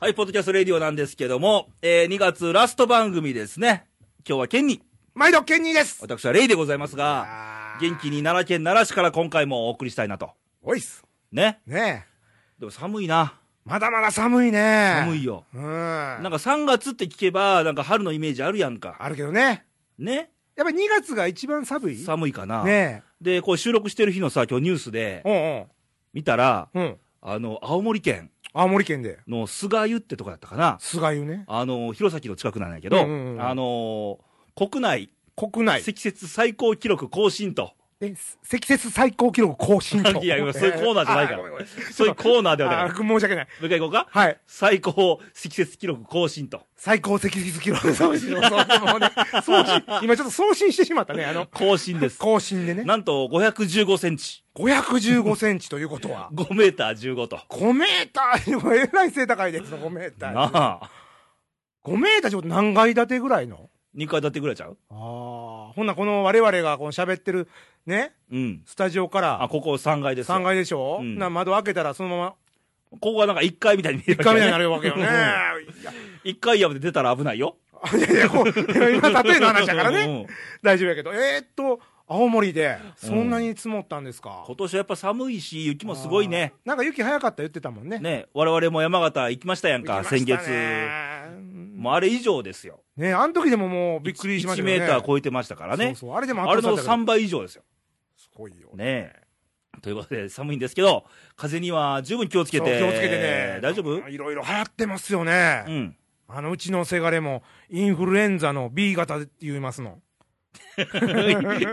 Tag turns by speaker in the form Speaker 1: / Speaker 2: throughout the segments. Speaker 1: はい、ポッドキャストレディオなんですけども、えー、2月ラスト番組ですね。今日は県に、
Speaker 2: 毎度ケンニーです
Speaker 1: 私はレイでございますが、
Speaker 2: あー
Speaker 1: 元気に奈良県奈良市から今回もお送りしたいなと。
Speaker 2: おいっす
Speaker 1: ね。
Speaker 2: ねえ
Speaker 1: でも寒いな。
Speaker 2: まだまだ寒いね
Speaker 1: 寒いよ。
Speaker 2: うん
Speaker 1: なんか3月って聞けば、なんか春のイメージあるやんか。
Speaker 2: あるけどね
Speaker 1: ね。
Speaker 2: やっぱり2月が一番寒い
Speaker 1: 寒いかな。
Speaker 2: ね
Speaker 1: で、こう収録してる日のさ、今日ニュースで
Speaker 2: え
Speaker 1: 見たら、
Speaker 2: うんうんうん
Speaker 1: あの、青森県
Speaker 2: 青森県で
Speaker 1: の菅湯ってとこだったかな。
Speaker 2: 菅湯ね
Speaker 1: あの、弘前の近くなんやけど、
Speaker 2: うんうんうん
Speaker 1: あのー国内
Speaker 2: 国内
Speaker 1: 積雪最高記録更新と。
Speaker 2: え積雪最高記録更新 と
Speaker 1: いやいやそういうコーナーじゃないから
Speaker 2: あごめんごめん
Speaker 1: そういうコーナーではない。
Speaker 2: あ
Speaker 1: も
Speaker 2: ー申し訳ないう
Speaker 1: 一回行こうか。
Speaker 2: はい
Speaker 1: 最高積雪記録更新と。
Speaker 2: 最高積雪記 録送信もうね送信今ちょっと送信してしまったねあの
Speaker 1: 更新です。
Speaker 2: 更新でね
Speaker 1: なんと515センチ、
Speaker 2: 515センチということは
Speaker 1: 5メーター15と。
Speaker 2: 5メーターもえらい背高いです5メーター
Speaker 1: なあ。
Speaker 2: 5メーターちょっと何階建てぐらいの
Speaker 1: 2階建てぐらいちゃう
Speaker 2: ああほんなこの我々がこの喋ってるね
Speaker 1: うん。
Speaker 2: スタジオか
Speaker 1: あ、
Speaker 2: ら
Speaker 1: ここ3階ですよ。
Speaker 2: 3階でしょ、
Speaker 1: うん
Speaker 2: な窓開けたらそのまま
Speaker 1: ここがなんか1階みたいに見え
Speaker 2: 1
Speaker 1: るわ
Speaker 2: 階
Speaker 1: け
Speaker 2: 目に
Speaker 1: ね
Speaker 2: なるわけよねいや
Speaker 1: 1階山で出たら危ないよ。
Speaker 2: いやいやこう今例えの話だから
Speaker 1: う
Speaker 2: ね
Speaker 1: んうん
Speaker 2: 大丈夫やけどえー、っと青森でそんなに積もったんですか、
Speaker 1: 今年はやっぱ寒いし、雪もすごいね。
Speaker 2: あーなんか雪早かった言ってたもんね
Speaker 1: ね、我々も山形行きましたやんか、
Speaker 2: 行きま
Speaker 1: 先
Speaker 2: した
Speaker 1: 月。
Speaker 2: ね
Speaker 1: もうあれ以上ですよ。
Speaker 2: ねあの時でももうびっくりしました
Speaker 1: 1
Speaker 2: よね
Speaker 1: メーター超えてましたからね。
Speaker 2: そうそうあれでも
Speaker 1: あれの
Speaker 2: 圧倒されたけど
Speaker 1: 3倍以上ですよ。
Speaker 2: すごいよ
Speaker 1: ねえ。ということで、寒いんですけど、風には十分気をつけて。
Speaker 2: そう気をつけてね
Speaker 1: 大丈夫
Speaker 2: いろいろ流行ってますよね、
Speaker 1: うん。
Speaker 2: あのうちのせがれもインフルエンザの B 型って言いますの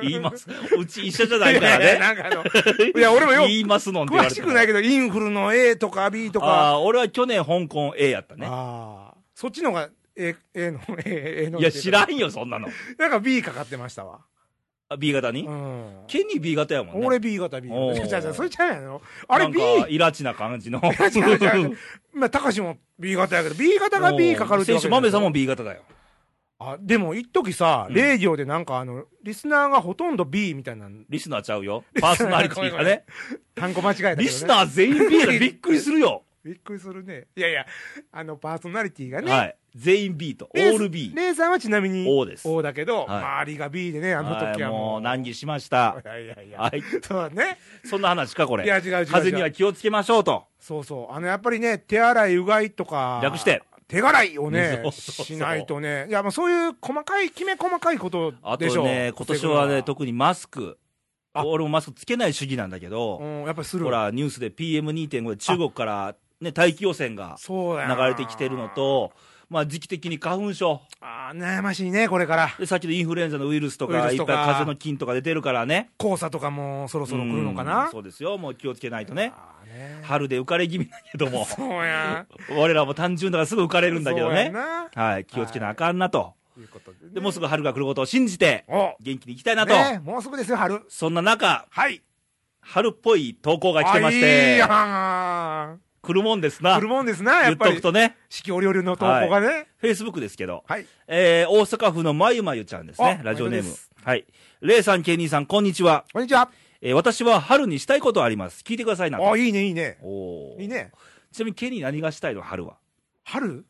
Speaker 1: 言います。うち一緒じゃないから
Speaker 2: いやいや
Speaker 1: ね。
Speaker 2: なんかあのいや俺もよく
Speaker 1: 言 いますのんって言わ
Speaker 2: 詳
Speaker 1: れ
Speaker 2: してくな
Speaker 1: け
Speaker 2: いけどインフルの A とか B とかあ
Speaker 1: ああ、俺は去年香港 A やったね。
Speaker 2: あそっちの方が A, A の A, A の
Speaker 1: いや、知ら
Speaker 2: ん
Speaker 1: んよ、そんなの。
Speaker 2: なんか B かかってましたわ
Speaker 1: あ B 型
Speaker 2: う
Speaker 1: に
Speaker 2: ん
Speaker 1: ケニー B 型やもんね。
Speaker 2: 俺 B 型 B
Speaker 1: お
Speaker 2: 型
Speaker 1: ー
Speaker 2: じゃじゃそれちゃうやろあれ B
Speaker 1: なんか、 イラチな感じの。
Speaker 2: 違う違う 違うまあ高志も B 型やけど B 型が B かかるって
Speaker 1: 選
Speaker 2: わけ
Speaker 1: 手、
Speaker 2: じゃない
Speaker 1: 豆さんも B 型だよ。
Speaker 2: あでも一時さ、
Speaker 1: うん
Speaker 2: レイディオでなんかあのリスナーがほとんど B みたいな
Speaker 1: リスナーちゃうよ。パーソナリティ がね。
Speaker 2: 単語間違えたけど、ね、
Speaker 1: リスナー全員 B だ。びっくりするよ。
Speaker 2: びっくりするねいやいやあのパーソナリティがね、
Speaker 1: はい。全員 B と。オ
Speaker 2: レイ
Speaker 1: ール B。
Speaker 2: レイさんはちなみに
Speaker 1: O です
Speaker 2: だけ
Speaker 1: は
Speaker 2: ど、
Speaker 1: い
Speaker 2: 周りが B でねあの
Speaker 1: は
Speaker 2: 時
Speaker 1: い、
Speaker 2: はもう
Speaker 1: もう難儀しました
Speaker 2: い。やいやいや、
Speaker 1: はい。
Speaker 2: そうだね
Speaker 1: そんな話か、これ。
Speaker 2: いや違う違う違う
Speaker 1: 風には気をつけましょうと。
Speaker 2: そうそうあのやっぱりね手洗いうがいとか
Speaker 1: 略して
Speaker 2: 手洗いをね
Speaker 1: そうそうそう
Speaker 2: しないとねいやもうそういう細かいきめ細かいこと
Speaker 1: あ
Speaker 2: でしょ
Speaker 1: とね、今年はね、
Speaker 2: 防
Speaker 1: 特にマスク。
Speaker 2: あ
Speaker 1: 俺もマスクつけない主義なんだけど、
Speaker 2: ぐのはうんやっぱりする
Speaker 1: ほら、ニュースで PM2.5 で中国から、ね、大気汚染が
Speaker 2: そうだよな
Speaker 1: 流れてきてるのと、まあ、時期的に花粉症。
Speaker 2: あー悩ましいねこれから
Speaker 1: で、さっきのインフルエンザのウイルスと
Speaker 2: ウイル
Speaker 1: か、い
Speaker 2: ス
Speaker 1: っぱ
Speaker 2: と
Speaker 1: い
Speaker 2: か
Speaker 1: 風邪の菌とか出てるからね。
Speaker 2: 黄砂とかもそろそろ来るのか
Speaker 1: う
Speaker 2: なん
Speaker 1: そうですよ。もう気をつけないとね。
Speaker 2: あーね
Speaker 1: 春で浮かれ気味だけど も、
Speaker 2: そうや
Speaker 1: 我らも単純だからすぐ浮かれるんだけど
Speaker 2: そうや
Speaker 1: ね。
Speaker 2: な
Speaker 1: はい、気をつけなあかんなと。
Speaker 2: ということでね
Speaker 1: で、もうすぐ春が来ることを信じて、
Speaker 2: お
Speaker 1: 元気に行きたいなと。
Speaker 2: ねもうすぐですよ春
Speaker 1: そんな中、
Speaker 2: はい
Speaker 1: 春っぽい投稿が来てまし
Speaker 2: あいい
Speaker 1: て
Speaker 2: や、ん
Speaker 1: 来るもんです
Speaker 2: 来
Speaker 1: な
Speaker 2: る。もんですなや
Speaker 1: 言
Speaker 2: っ
Speaker 1: っ
Speaker 2: ぱ
Speaker 1: と
Speaker 2: り
Speaker 1: くとね、
Speaker 2: 四季折々の投稿がね
Speaker 1: Facebook ですけど、
Speaker 2: はい
Speaker 1: えー、大阪府のまゆまゆちゃんですね、
Speaker 2: あ
Speaker 1: ラジオネー
Speaker 2: まゆ
Speaker 1: ム
Speaker 2: です。
Speaker 1: はい。れいさん、けいにさん、こんにちは。
Speaker 2: こんにちは
Speaker 1: えー、私は春にしたいことあります。聞いてくださいなと。
Speaker 2: あいいねいいね
Speaker 1: おー
Speaker 2: いい。ね
Speaker 1: ちなみに、ケニー何がしたいの、春は。
Speaker 2: 春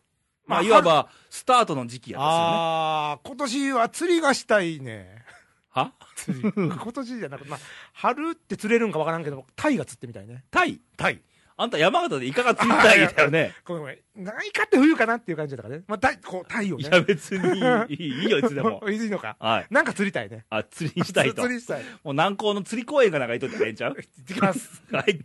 Speaker 1: まあ、いわ
Speaker 2: 春
Speaker 1: ば、スタートの時期やですよね。
Speaker 2: あー今年は釣りがしたいね
Speaker 1: は
Speaker 2: 釣り今年じゃなくてまあ春って釣れるんかわからんけどタイが釣ってみたいね
Speaker 1: タイ
Speaker 2: タイ
Speaker 1: あんた山形でイカが釣りたいだよね。
Speaker 2: ごめんごめん何かって冬かなっていう感じだからねまあタイこうタイを
Speaker 1: い
Speaker 2: ね
Speaker 1: や、別にいい、いいよ、いつで
Speaker 2: 。
Speaker 1: も
Speaker 2: いいのか
Speaker 1: はい。
Speaker 2: なんか釣りたいね
Speaker 1: あ、釣りにしたいと
Speaker 2: 釣。りしたい
Speaker 1: もう南港の釣り公園かなんか行っといたらええん ちゃう
Speaker 2: でき ます
Speaker 1: はい。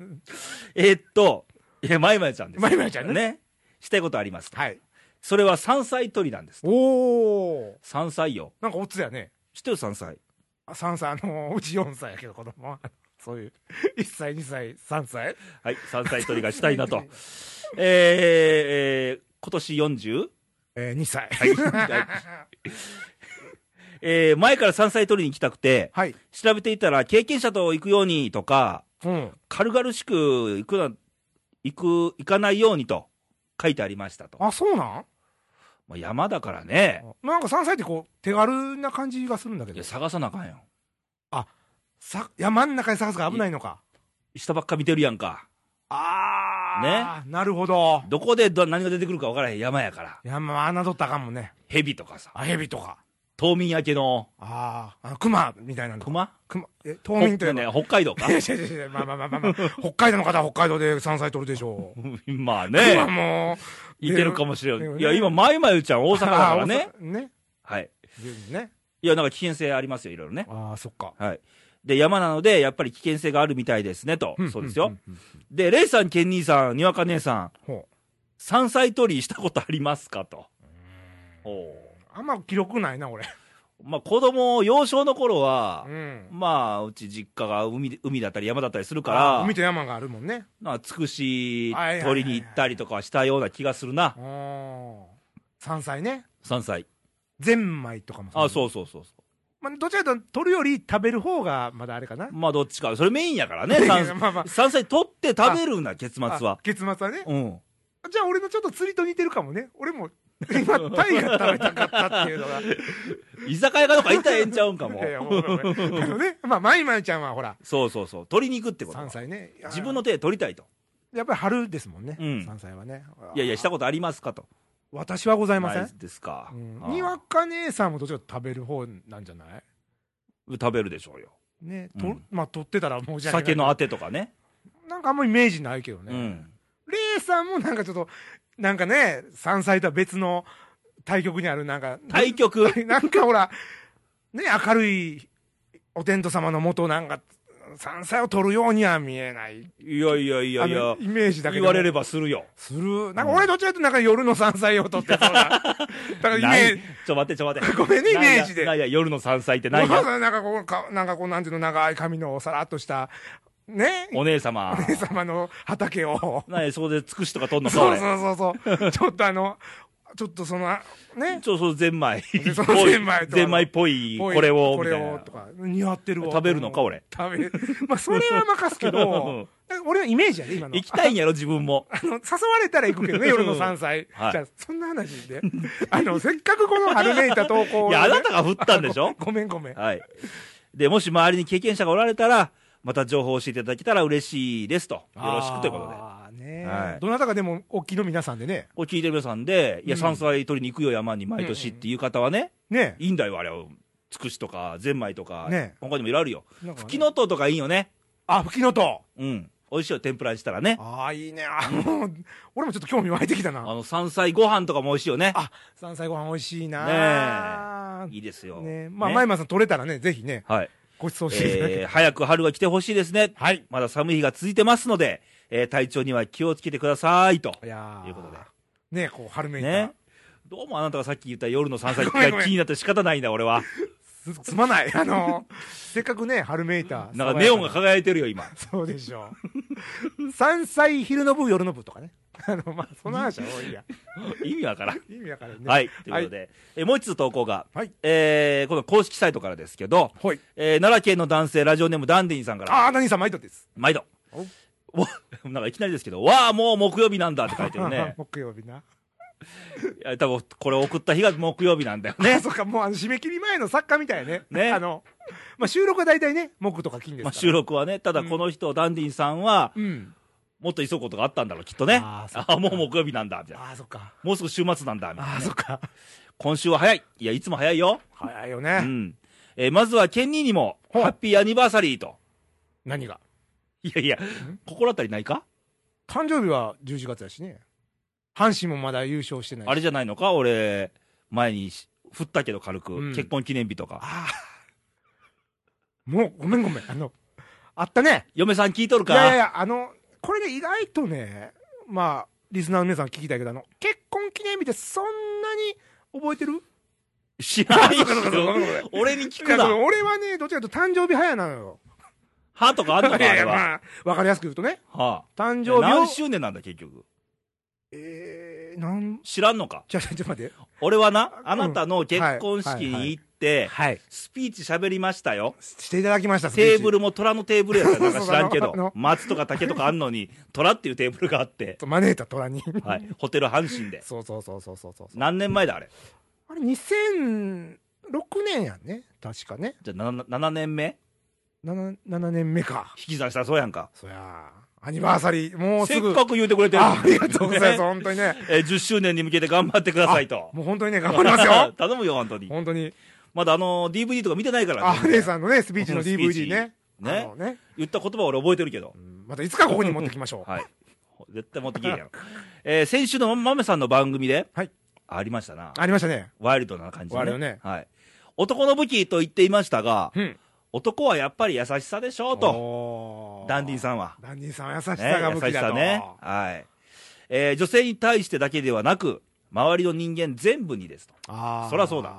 Speaker 1: えーっと、え、まゆまゆちゃんです。
Speaker 2: まゆまゆちゃんね
Speaker 1: ね。したいことありますと。
Speaker 2: はい
Speaker 1: それは山菜取りなんです。
Speaker 2: おお
Speaker 1: 山菜よ。
Speaker 2: なんかオッズやね
Speaker 1: 知ってる山菜。
Speaker 2: あ3歳あのうち4歳やけど子供はそういう1歳2歳3歳
Speaker 1: はい。山菜取りがしたい なと。えーえー今年 40?
Speaker 2: えー、2歳
Speaker 1: はいはい。えー前から山菜取りに行きたくて、
Speaker 2: はい
Speaker 1: 調べていたら経験者と行くようにとか、
Speaker 2: うん
Speaker 1: 軽々しく行くな、行く、行かないようにと書いてありましたと。
Speaker 2: あそうなん
Speaker 1: まあ、山だからね。
Speaker 2: なんか3歳ってこう手軽な感じがするんだけ
Speaker 1: い
Speaker 2: ど
Speaker 1: や、探さなあかんよ。
Speaker 2: さ山ん中で探すが危ないのか
Speaker 1: 下ばっか見てるやんか。
Speaker 2: ああーなるほど。
Speaker 1: どこでど何が出てくるか分からへん山やから。
Speaker 2: いや、まあ、侮ったらあかんもんね。
Speaker 1: 蛇とかさ。
Speaker 2: あ、蛇とか。
Speaker 1: 冬眠明けの
Speaker 2: ああ、あの、熊みたいなの。
Speaker 1: 熊
Speaker 2: 熊、え、冬眠という
Speaker 1: ね
Speaker 2: の。、
Speaker 1: 北海道か
Speaker 2: いやいやいやいやまあまあまあまあまあ、北海道の方は北海道で山菜取るでしょう。
Speaker 1: まあ
Speaker 2: 熊
Speaker 1: ね、
Speaker 2: も
Speaker 1: いてるかもしれ
Speaker 2: でも
Speaker 1: ん。
Speaker 2: ね
Speaker 1: いや、今、まゆまゆちゃん大阪だからね
Speaker 2: あ。ー。大阪ね。
Speaker 1: はい。
Speaker 2: 十分ね。
Speaker 1: いや、なんか危険性ありますよ、いろいろね。
Speaker 2: ああ、そっか。
Speaker 1: はい。で、山なので、やっぱり危険性があるみたいですね、と。そうですよ。
Speaker 2: ん。うん
Speaker 1: で、レイさん、ケンニーさん、にわか姉さん、
Speaker 2: ほ
Speaker 1: 山菜取りしたことありますかと。
Speaker 2: う。
Speaker 1: お
Speaker 2: あんま記録ないな、俺。
Speaker 1: まあ、子供、幼少の頃は
Speaker 2: う、ん。
Speaker 1: まあ、うち実家が海で海だったり山だったりするか
Speaker 2: あー
Speaker 1: ら
Speaker 2: 海、と山があるもんね。
Speaker 1: まあ、つくし
Speaker 2: はいはいはいはい
Speaker 1: 取りに行ったりとかはしたような気がするな、
Speaker 2: ああ。山菜ね。
Speaker 1: 山菜。
Speaker 2: ゼンマイとかも
Speaker 1: あ、
Speaker 2: う。
Speaker 1: そうそうそうそう。
Speaker 2: まあ、どちらかというと取るより食べる方がまだあれかな。
Speaker 1: まあ、どっちか。それメインやからね、
Speaker 2: いや
Speaker 1: 山
Speaker 2: まあまあ。
Speaker 1: 山菜取って食べるんだ、結末は
Speaker 2: あ。結末はね。
Speaker 1: うん。
Speaker 2: じゃあ俺のちょっと釣りと似てるかもね。俺も今、タイが食べたかったっていうのが。
Speaker 1: 居酒屋かどっか行ったらええんちゃうんかも
Speaker 2: い。やいや、もうご めんあのね、まあ、まいまいちゃんはほら、
Speaker 1: そうそうそう。取りに行くってこと。
Speaker 2: 山菜ね。いや
Speaker 1: 自分の手で取りたいと。
Speaker 2: やっぱり春ですもんね、
Speaker 1: うん
Speaker 2: 山菜はね。
Speaker 1: いやいや、した
Speaker 2: こ
Speaker 1: ことありますかと。
Speaker 2: と私はございません。
Speaker 1: ですか。
Speaker 2: う
Speaker 1: ああ
Speaker 2: んにわか姉さんもどっちらかと食べる方なんじゃない
Speaker 1: 食べるでしょうよ。
Speaker 2: ね、
Speaker 1: う
Speaker 2: と
Speaker 1: ん
Speaker 2: まあ、取ってたらもうじゃ
Speaker 1: 酒のあてとかね。
Speaker 2: なんかあんまイメージないけど
Speaker 1: う
Speaker 2: ね。
Speaker 1: ん。
Speaker 2: レイさんもなんかちょっと、なんかね、山菜とは別の対局にあるなんか、
Speaker 1: 対局
Speaker 2: なんかほら、ね、明るいお天道様のもと、なんか、山菜を取るようには見えない。い
Speaker 1: いやいやいやいや。
Speaker 2: イメージだけ
Speaker 1: 言
Speaker 2: で
Speaker 1: われれ
Speaker 2: ば。
Speaker 1: ばするよ。
Speaker 2: する。なんか俺どっちかというとなんか夜の山菜を取ってそう な。だからイメ
Speaker 1: ない
Speaker 2: ージ。
Speaker 1: ちょ、待って、ちょ、待って
Speaker 2: 。ごめんね、イメージで。
Speaker 1: いや、夜の山菜って
Speaker 2: な
Speaker 1: 何
Speaker 2: ん か
Speaker 1: や。
Speaker 2: なんかこうか、なんかこう、なんていうの、長い髪のさらっとした、ね、
Speaker 1: お姉様
Speaker 2: お。姉様の畑を。
Speaker 1: なんや、そこでつくしとか取んのか、
Speaker 2: そ
Speaker 1: あ
Speaker 2: う
Speaker 1: れ。
Speaker 2: そうそうそう。ちょっとあの、ちょっとその、ね、
Speaker 1: ちょ、そう、ゼンマイ。
Speaker 2: で そのゼンマイとか
Speaker 1: ゼンマイっぽい、
Speaker 2: ぽい
Speaker 1: これを、
Speaker 2: こ
Speaker 1: み
Speaker 2: れ
Speaker 1: たい
Speaker 2: を
Speaker 1: な。
Speaker 2: とか、似合ってるわ。
Speaker 1: 食べるのか、俺。
Speaker 2: 食べる。まあ、それは任す けど、なんか俺はイメージやで、今の。
Speaker 1: 行きたいんやろ、自分も。
Speaker 2: あの、誘われたら行くけ どね、夜の山菜。
Speaker 1: はい
Speaker 2: じゃあ、そんな話で。あの、せっかくこの春めいた投稿を
Speaker 1: い
Speaker 2: ね、
Speaker 1: や、あなたが振ったんでしょ
Speaker 2: ごめんごめ ん。
Speaker 1: はい。で、もし周りに経験者がおられたら、また情報を教えていただけたら嬉しいですと。よろしくということで。
Speaker 2: ああ、ね、
Speaker 1: はい
Speaker 2: どなたかでも、おっきいの皆さんでね。
Speaker 1: これ聞いてる皆さんで、いや、
Speaker 2: うん
Speaker 1: 山菜取りに行くよ、山に毎年っていう方はね、
Speaker 2: ね。
Speaker 1: いいんだよ、あれを。つくしとか、ゼンマイとか、
Speaker 2: ね
Speaker 1: 他にもいろいろあるよ。
Speaker 2: なんかね
Speaker 1: ふきのとうとかいいよね。
Speaker 2: あ、吹きのと
Speaker 1: うん。美味しいよ、天ぷらにしたらね
Speaker 2: う。。ああ、いいね。 あの、俺もちょっと興味湧いてきた
Speaker 1: あ
Speaker 2: な。
Speaker 1: の、山菜ご飯とかも美味しいよね。
Speaker 2: あ、山菜ご飯美味しいな。
Speaker 1: いいですよ。
Speaker 2: ねまあ、前間さん取れたらね、ぜひね、
Speaker 1: はい。
Speaker 2: ご馳走していただけ
Speaker 1: えー、早く春が来てほしいですね。
Speaker 2: はい。
Speaker 1: まだ寒い日が続いてますので、えー体調には気をつけてくださいと。
Speaker 2: いやー
Speaker 1: いうことで。
Speaker 2: ねこう、春めいた。
Speaker 1: ね。どうもあなたがさっき言った夜の山菜
Speaker 2: ごめんごめ
Speaker 1: が
Speaker 2: ん
Speaker 1: 気になって仕方ないんだ、俺 は。
Speaker 2: すすまない。 あのー、せっかくね、春めいた。
Speaker 1: なんかネオンが
Speaker 2: 爽や
Speaker 1: 輝いてるよ、今。
Speaker 2: かなそうでしょう。山菜昼の部、夜の部とかね。あの、まあ、その話は 多いや。
Speaker 1: 意味わからん。
Speaker 2: 意味だからね。
Speaker 1: はい。ということで、えーもう一つ投稿が、
Speaker 2: はい
Speaker 1: えーこの公式サイトからですけど、
Speaker 2: はい。
Speaker 1: えー奈良県の男性、ラジオネームダンディンさんから、
Speaker 2: ああ、何さん、毎度です。。
Speaker 1: 毎度。わなんかいきなりですけど、わあ、もう木曜日なんだって書いてるね
Speaker 2: 木曜日な。
Speaker 1: いや多分これ送った日が木曜日なんだよ
Speaker 2: ね、
Speaker 1: ね。
Speaker 2: そっか、もうあの締め切り前の作家みたいやね。
Speaker 1: ね
Speaker 2: あの、まあ、収録は大体ね、木とか金ですか
Speaker 1: ま
Speaker 2: ら。
Speaker 1: あ、収録はね、ただこの人、ダンディンさんは、
Speaker 2: うん。
Speaker 1: もっと急ぐことがあったんだろう、きっとね。
Speaker 2: あ
Speaker 1: あ
Speaker 2: ーそっ
Speaker 1: もう木曜日なんだ、みたいな。
Speaker 2: ああ、そっか。
Speaker 1: もうすぐ週末なんだ、みたい
Speaker 2: あ
Speaker 1: な
Speaker 2: あ、
Speaker 1: ね、
Speaker 2: そっか。
Speaker 1: 今週は早い。いや、いつも早いよ。
Speaker 2: 早いよ
Speaker 1: う
Speaker 2: ね。
Speaker 1: ん。えーまずは、ケンニーにも、
Speaker 2: ほう
Speaker 1: ハッピーアニバーサリーと。
Speaker 2: 何が
Speaker 1: いやいや、心当たりないか
Speaker 2: 誕生日は11月だしね。阪神もまだ優勝してないし
Speaker 1: あれじゃないのか俺、前にし振ったけど軽く、
Speaker 2: うん
Speaker 1: 結婚記念日とか。
Speaker 2: ああ。もう、ごめんごめん。あの、あったね。
Speaker 1: 嫁さん聞いとる
Speaker 2: い
Speaker 1: か
Speaker 2: やいやいや、あの、これね、意外とね、まあ、リスナーの皆さん聞きたいけど、あの、結婚記念日ってそんなに覚えてる
Speaker 1: 知らないよ
Speaker 2: あそうかそうかそうかごめんごめん
Speaker 1: 俺に聞
Speaker 2: いや
Speaker 1: く
Speaker 2: そ
Speaker 1: な。
Speaker 2: の俺はね、どっちかというと誕生日早なのよ。
Speaker 1: 歯とかあんのかあ
Speaker 2: いやい
Speaker 1: れ
Speaker 2: や、
Speaker 1: は。は
Speaker 2: まあ、わかりやすく言うとね、
Speaker 1: あ
Speaker 2: 誕生日を
Speaker 1: 何、周年なんだ、結局。
Speaker 2: えー、なん、
Speaker 1: 知らんのか。
Speaker 2: ちょ、ちょ、ちょ、待って。
Speaker 1: 俺はな、
Speaker 2: うん
Speaker 1: あなたの結婚式に行って、
Speaker 2: はい。
Speaker 1: スピーチ喋りましたよ。
Speaker 2: していただきました、
Speaker 1: テーブ
Speaker 2: ル。
Speaker 1: ルも虎のテーブルやったらなんか知らんけ
Speaker 2: そうそう
Speaker 1: ど
Speaker 2: あの、
Speaker 1: 松とか竹とかあんのに、虎っていうテーブルがあって、
Speaker 2: 招いた虎に。
Speaker 1: はい、ホテル阪神で。
Speaker 2: そうそうそうそうそうそう。
Speaker 1: 何年前だ、あれ。
Speaker 2: あれ、2006年やんね。確かね。
Speaker 1: じゃあ、7年目
Speaker 2: 7, 7年目か。
Speaker 1: 引き算したらそうやんか。
Speaker 2: そりゃあ、アニバーサリー、もう
Speaker 1: せ
Speaker 2: す
Speaker 1: っ
Speaker 2: ぐ。
Speaker 1: かく言うてくれてる
Speaker 2: あありがとうございま
Speaker 1: ね
Speaker 2: す、本当にね。
Speaker 1: えー10周年に向けて頑張ってくださいと。。
Speaker 2: もう本当にね、頑張りますよ
Speaker 1: 頼むよ、本当に。
Speaker 2: 本当に。
Speaker 1: まだあの、DVD とか見てないから
Speaker 2: あ、姉さんのね、スピーチの
Speaker 1: スピーチ
Speaker 2: DVD ね。
Speaker 1: ね
Speaker 2: あのね。
Speaker 1: 言った言葉俺覚えてるけど
Speaker 2: う。んまたいつかここに持ってきましょう。
Speaker 1: はい。絶対持ってきえへんやろ。えー先週のまめさんの番組で、
Speaker 2: はい
Speaker 1: ありましたな。
Speaker 2: ありましたね。
Speaker 1: ワイルドな感じで、
Speaker 2: ワイルドね
Speaker 1: はい。男の武器と言っていましたが、
Speaker 2: うん。
Speaker 1: 男はやっぱり優しさでしょうと、
Speaker 2: と
Speaker 1: ダンディさんは。
Speaker 2: ダンディさんは優し さ
Speaker 1: ね
Speaker 2: が武
Speaker 1: 優
Speaker 2: 器
Speaker 1: し
Speaker 2: だ
Speaker 1: さ
Speaker 2: と。
Speaker 1: ね。はい。えー女性に対してだけではなく、周りの人間全部にですと。
Speaker 2: あー
Speaker 1: そらそうだ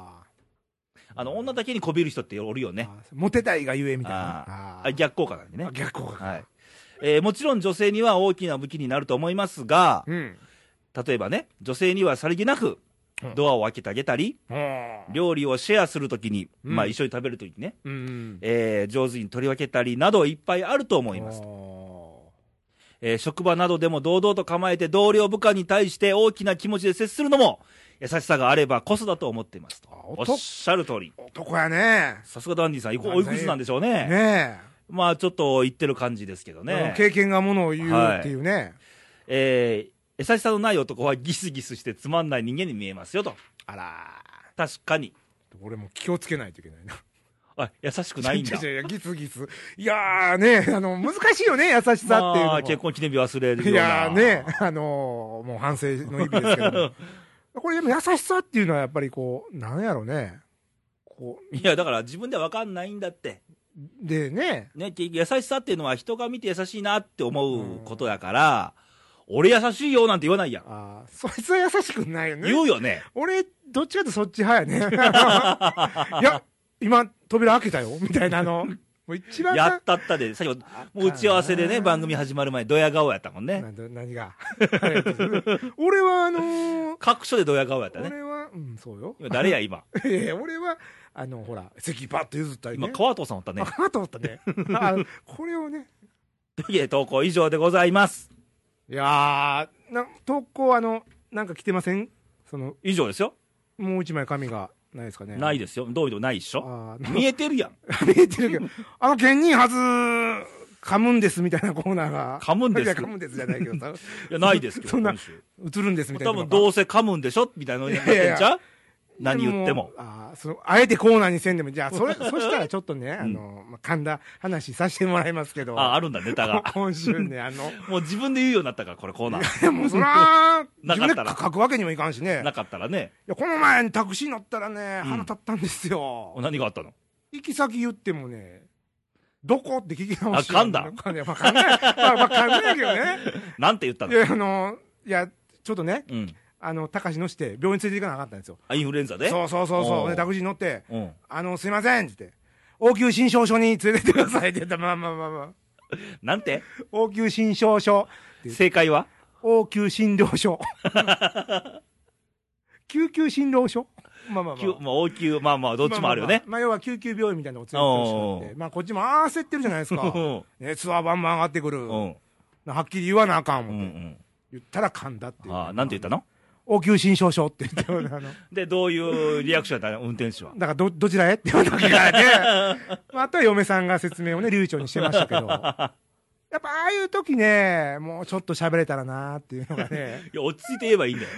Speaker 1: あの、女だけにこびる人っておるよね。
Speaker 2: あーモテたいがゆえみたいな。あ
Speaker 1: あ
Speaker 2: ー
Speaker 1: 逆効果なんでね
Speaker 2: あ。逆効果
Speaker 1: は
Speaker 2: か
Speaker 1: い。えーもちろん女性には大きな武器になると思いますが、
Speaker 2: うん。
Speaker 1: 例えばね、女性にはさりげなく
Speaker 2: うん
Speaker 1: ドアを開けてあげたり、
Speaker 2: うん
Speaker 1: 料理をシェアするときに、
Speaker 2: うん
Speaker 1: まあ一緒に食べるときにね、
Speaker 2: うん。
Speaker 1: えー上手に取り分けたりなどいっぱいあると思います。
Speaker 2: お
Speaker 1: えー職場などでも堂々と構えて同僚部下に対して大きな気持ちで接するのも優しさがあればこそだと思っていますと。
Speaker 2: あ
Speaker 1: お
Speaker 2: 男
Speaker 1: っしゃる通り。
Speaker 2: 男やね。
Speaker 1: さすがダンディさん、いくおいくつなんでしょうね。
Speaker 2: ね
Speaker 1: まあちょっと言ってる感じですけど
Speaker 2: え。あの
Speaker 1: ね。
Speaker 2: 経験がものを言うっていうね。
Speaker 1: えー優しさのない男はギスギスしてつまんない人間に見えますよと。
Speaker 2: あら
Speaker 1: 確かに。
Speaker 2: ー俺も気をつけないといけないな。
Speaker 1: あ、優しくないんだ
Speaker 2: い。やいやギスギス。いやーね、あの、難しいよね、優しさっていうのも。
Speaker 1: まあ、結婚記念日忘れるよ
Speaker 2: いう
Speaker 1: な。
Speaker 2: やーね、あのーもう反省の意味ですけど も、これでも優しさっていうのはやっぱりこう、なんやろね、こ
Speaker 1: いや、だから自分では分かんないんだって。
Speaker 2: う、でね、
Speaker 1: ね、結局優しさっていうのは人が見て優しいなって思うことやから、俺優しいよなんて言わないやん。
Speaker 2: あーそいつは優しくないよね。
Speaker 1: 言うよね。
Speaker 2: 俺、どっちかってそっち派やね。 いや、今、扉開けたよ、みたいな あの、もう一番な
Speaker 1: やったったで、先ほど、もう打ち合わせでね、番組始まる前、ドヤ顔やったもんね。
Speaker 2: など何が。 俺はあのー
Speaker 1: 各所でドヤ顔やったね。
Speaker 2: 俺は、うん、そうよ。
Speaker 1: 今誰や、今。
Speaker 2: いやいや俺は、あの、ほら、席パッと譲ったり
Speaker 1: 今、
Speaker 2: ね。
Speaker 1: 川藤さんおったね
Speaker 2: あ。かなと思ったね。あこれをね、
Speaker 1: というわけで投稿以上でございます。
Speaker 2: いやー、な投稿、あの、なんか来てませんその、
Speaker 1: 以上ですよ。
Speaker 2: もう一枚紙がないですかね。
Speaker 1: ない
Speaker 2: で
Speaker 1: ですよ。どういうのないっしょ。
Speaker 2: あー
Speaker 1: 見えてるやん。
Speaker 2: 見えてるけど、あの、県人はず、噛むんですみたいなコーナーが。
Speaker 1: 噛むんです
Speaker 2: いや噛むんですじゃないけどさ、
Speaker 1: いや、ないですけど、
Speaker 2: そんな
Speaker 1: 今週
Speaker 2: 映るんですみたいな
Speaker 1: 多
Speaker 2: のが。
Speaker 1: 分どうせ噛むんでしょみたいなのになってん
Speaker 2: いやい
Speaker 1: ちゃ
Speaker 2: や
Speaker 1: う何言っても。
Speaker 2: あーそのあえてコーナーにせんでも、じゃあ、それ、そしたらちょっとね、あの、まあ、噛んだ話させてもらいますけど。。
Speaker 1: あ、あるんだ、ネタが
Speaker 2: 今週ね、あの、い
Speaker 1: もう自分で言うようになったから、これコーナー。
Speaker 2: やもうそら、
Speaker 1: な
Speaker 2: 自
Speaker 1: かっ
Speaker 2: 分
Speaker 1: たら
Speaker 2: で書くわけにもいかんしね。
Speaker 1: なかったらね。
Speaker 2: いやこの前にタクシー乗ったらね、
Speaker 1: うん
Speaker 2: 腹立ったんですよ。
Speaker 1: 何があったの
Speaker 2: 行き先言ってもね、どこって聞き直して。
Speaker 1: あ噛んだ
Speaker 2: まあ、まあ噛んだ。まあ、まあ、噛んだけどね。
Speaker 1: なんて言った
Speaker 2: い
Speaker 1: の
Speaker 2: や、あの、いや、ちょっとね、
Speaker 1: うん。
Speaker 2: あの、高志乗して、病院連れて行かなかったんですよ。
Speaker 1: あ、インフルエンザで
Speaker 2: そうそうそう
Speaker 1: お
Speaker 2: そうう。で、タクシー乗って、
Speaker 1: うん。
Speaker 2: あの、すいませんって言って、応急診症所に連れてってくださいって 言ったら、まあまあまあま
Speaker 1: なんて
Speaker 2: あ、応急診症所、
Speaker 1: 正解は
Speaker 2: 応急診 療所。救急診療所まあまあま
Speaker 1: き
Speaker 2: あ
Speaker 1: ゅ。まあ、応急、まあまあ、どっちもあるよね。
Speaker 2: まあまあまあまあ要は救急病院みたいなのを連れて行ってほしくなっ
Speaker 1: おうお
Speaker 2: て、まあこっちもあー焦ってるじゃないですか。熱はバンバン上がってくる。
Speaker 1: うん。
Speaker 2: はっきり言わなあかん
Speaker 1: う
Speaker 2: もん、
Speaker 1: ん。
Speaker 2: 言ったら噛んだって
Speaker 1: う
Speaker 2: い
Speaker 1: ん。
Speaker 2: う。
Speaker 1: ああ、なんて言ったの
Speaker 2: 応急診症所って言って、あの、 だか
Speaker 1: で、どういうリアクションやったの運転手は。
Speaker 2: らど、どちらへって言われ て、まあ、あとは嫁さんが説明をね、流暢にしてましたけど、やっぱああいう時ね、もうちょっと喋れたらなーっていうのがね、
Speaker 1: いや、落ち着いて言えばいいんだよ。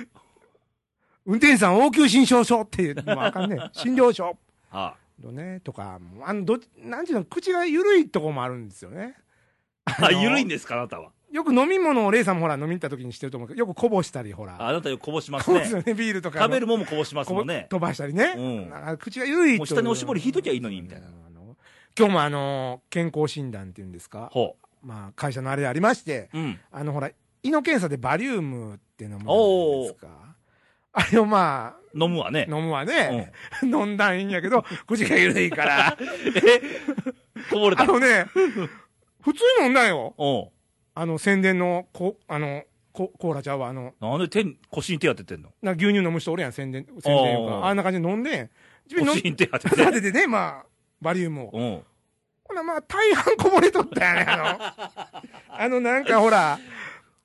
Speaker 2: 運転手さん応急診症所って言ってもあかんね、診療所。
Speaker 1: あ
Speaker 2: のね、とか、あの、どっち、なんていうの、口が緩いとこもあるんですよね。
Speaker 1: あ。あ、緩いんですか、あなたは。
Speaker 2: よく飲み物をレイさんもほら飲みに行った時にしてると思うけど、よくこぼしたりほら。
Speaker 1: あなたよくこぼします
Speaker 2: こぼすよ
Speaker 1: ね。
Speaker 2: ね、ビールとか。
Speaker 1: 食べるもんもこぼします
Speaker 2: こ
Speaker 1: も
Speaker 2: ぼ
Speaker 1: んね。
Speaker 2: 飛ばしたりね。
Speaker 1: うん
Speaker 2: なんか口が緩い
Speaker 1: もう
Speaker 2: と
Speaker 1: 下におしぼり引いときゃいいのにみたいな
Speaker 2: あの今日もあの、健康診断っていうんですか。
Speaker 1: ほ
Speaker 2: まあ、会社のあれありまして、
Speaker 1: う。うん。
Speaker 2: あのほら、胃の検査でバリウムって飲むじゃないですか。あれをまあ、
Speaker 1: 飲むわね。
Speaker 2: 飲むわね。飲んだんいいんやけど、口が緩 いから。
Speaker 1: こぼれた
Speaker 2: あ。のね、普通に飲んだんよ。
Speaker 1: うん。
Speaker 2: あの、宣伝の、こ、あの、ココーラちゃうわ、あの、
Speaker 1: なんで手に、腰に手当ててんの
Speaker 2: なんか牛乳飲む人おるやん、宣伝、宣伝いう
Speaker 1: おう
Speaker 2: か。あんな感じで飲んで、自分
Speaker 1: 腰
Speaker 2: 飲
Speaker 1: に手当て
Speaker 2: ん
Speaker 1: て。
Speaker 2: で、でね、まあ、バリウムを。
Speaker 1: うん。
Speaker 2: ほな、まあ、大半こぼれとったやね、あ の。あの、なんかほら、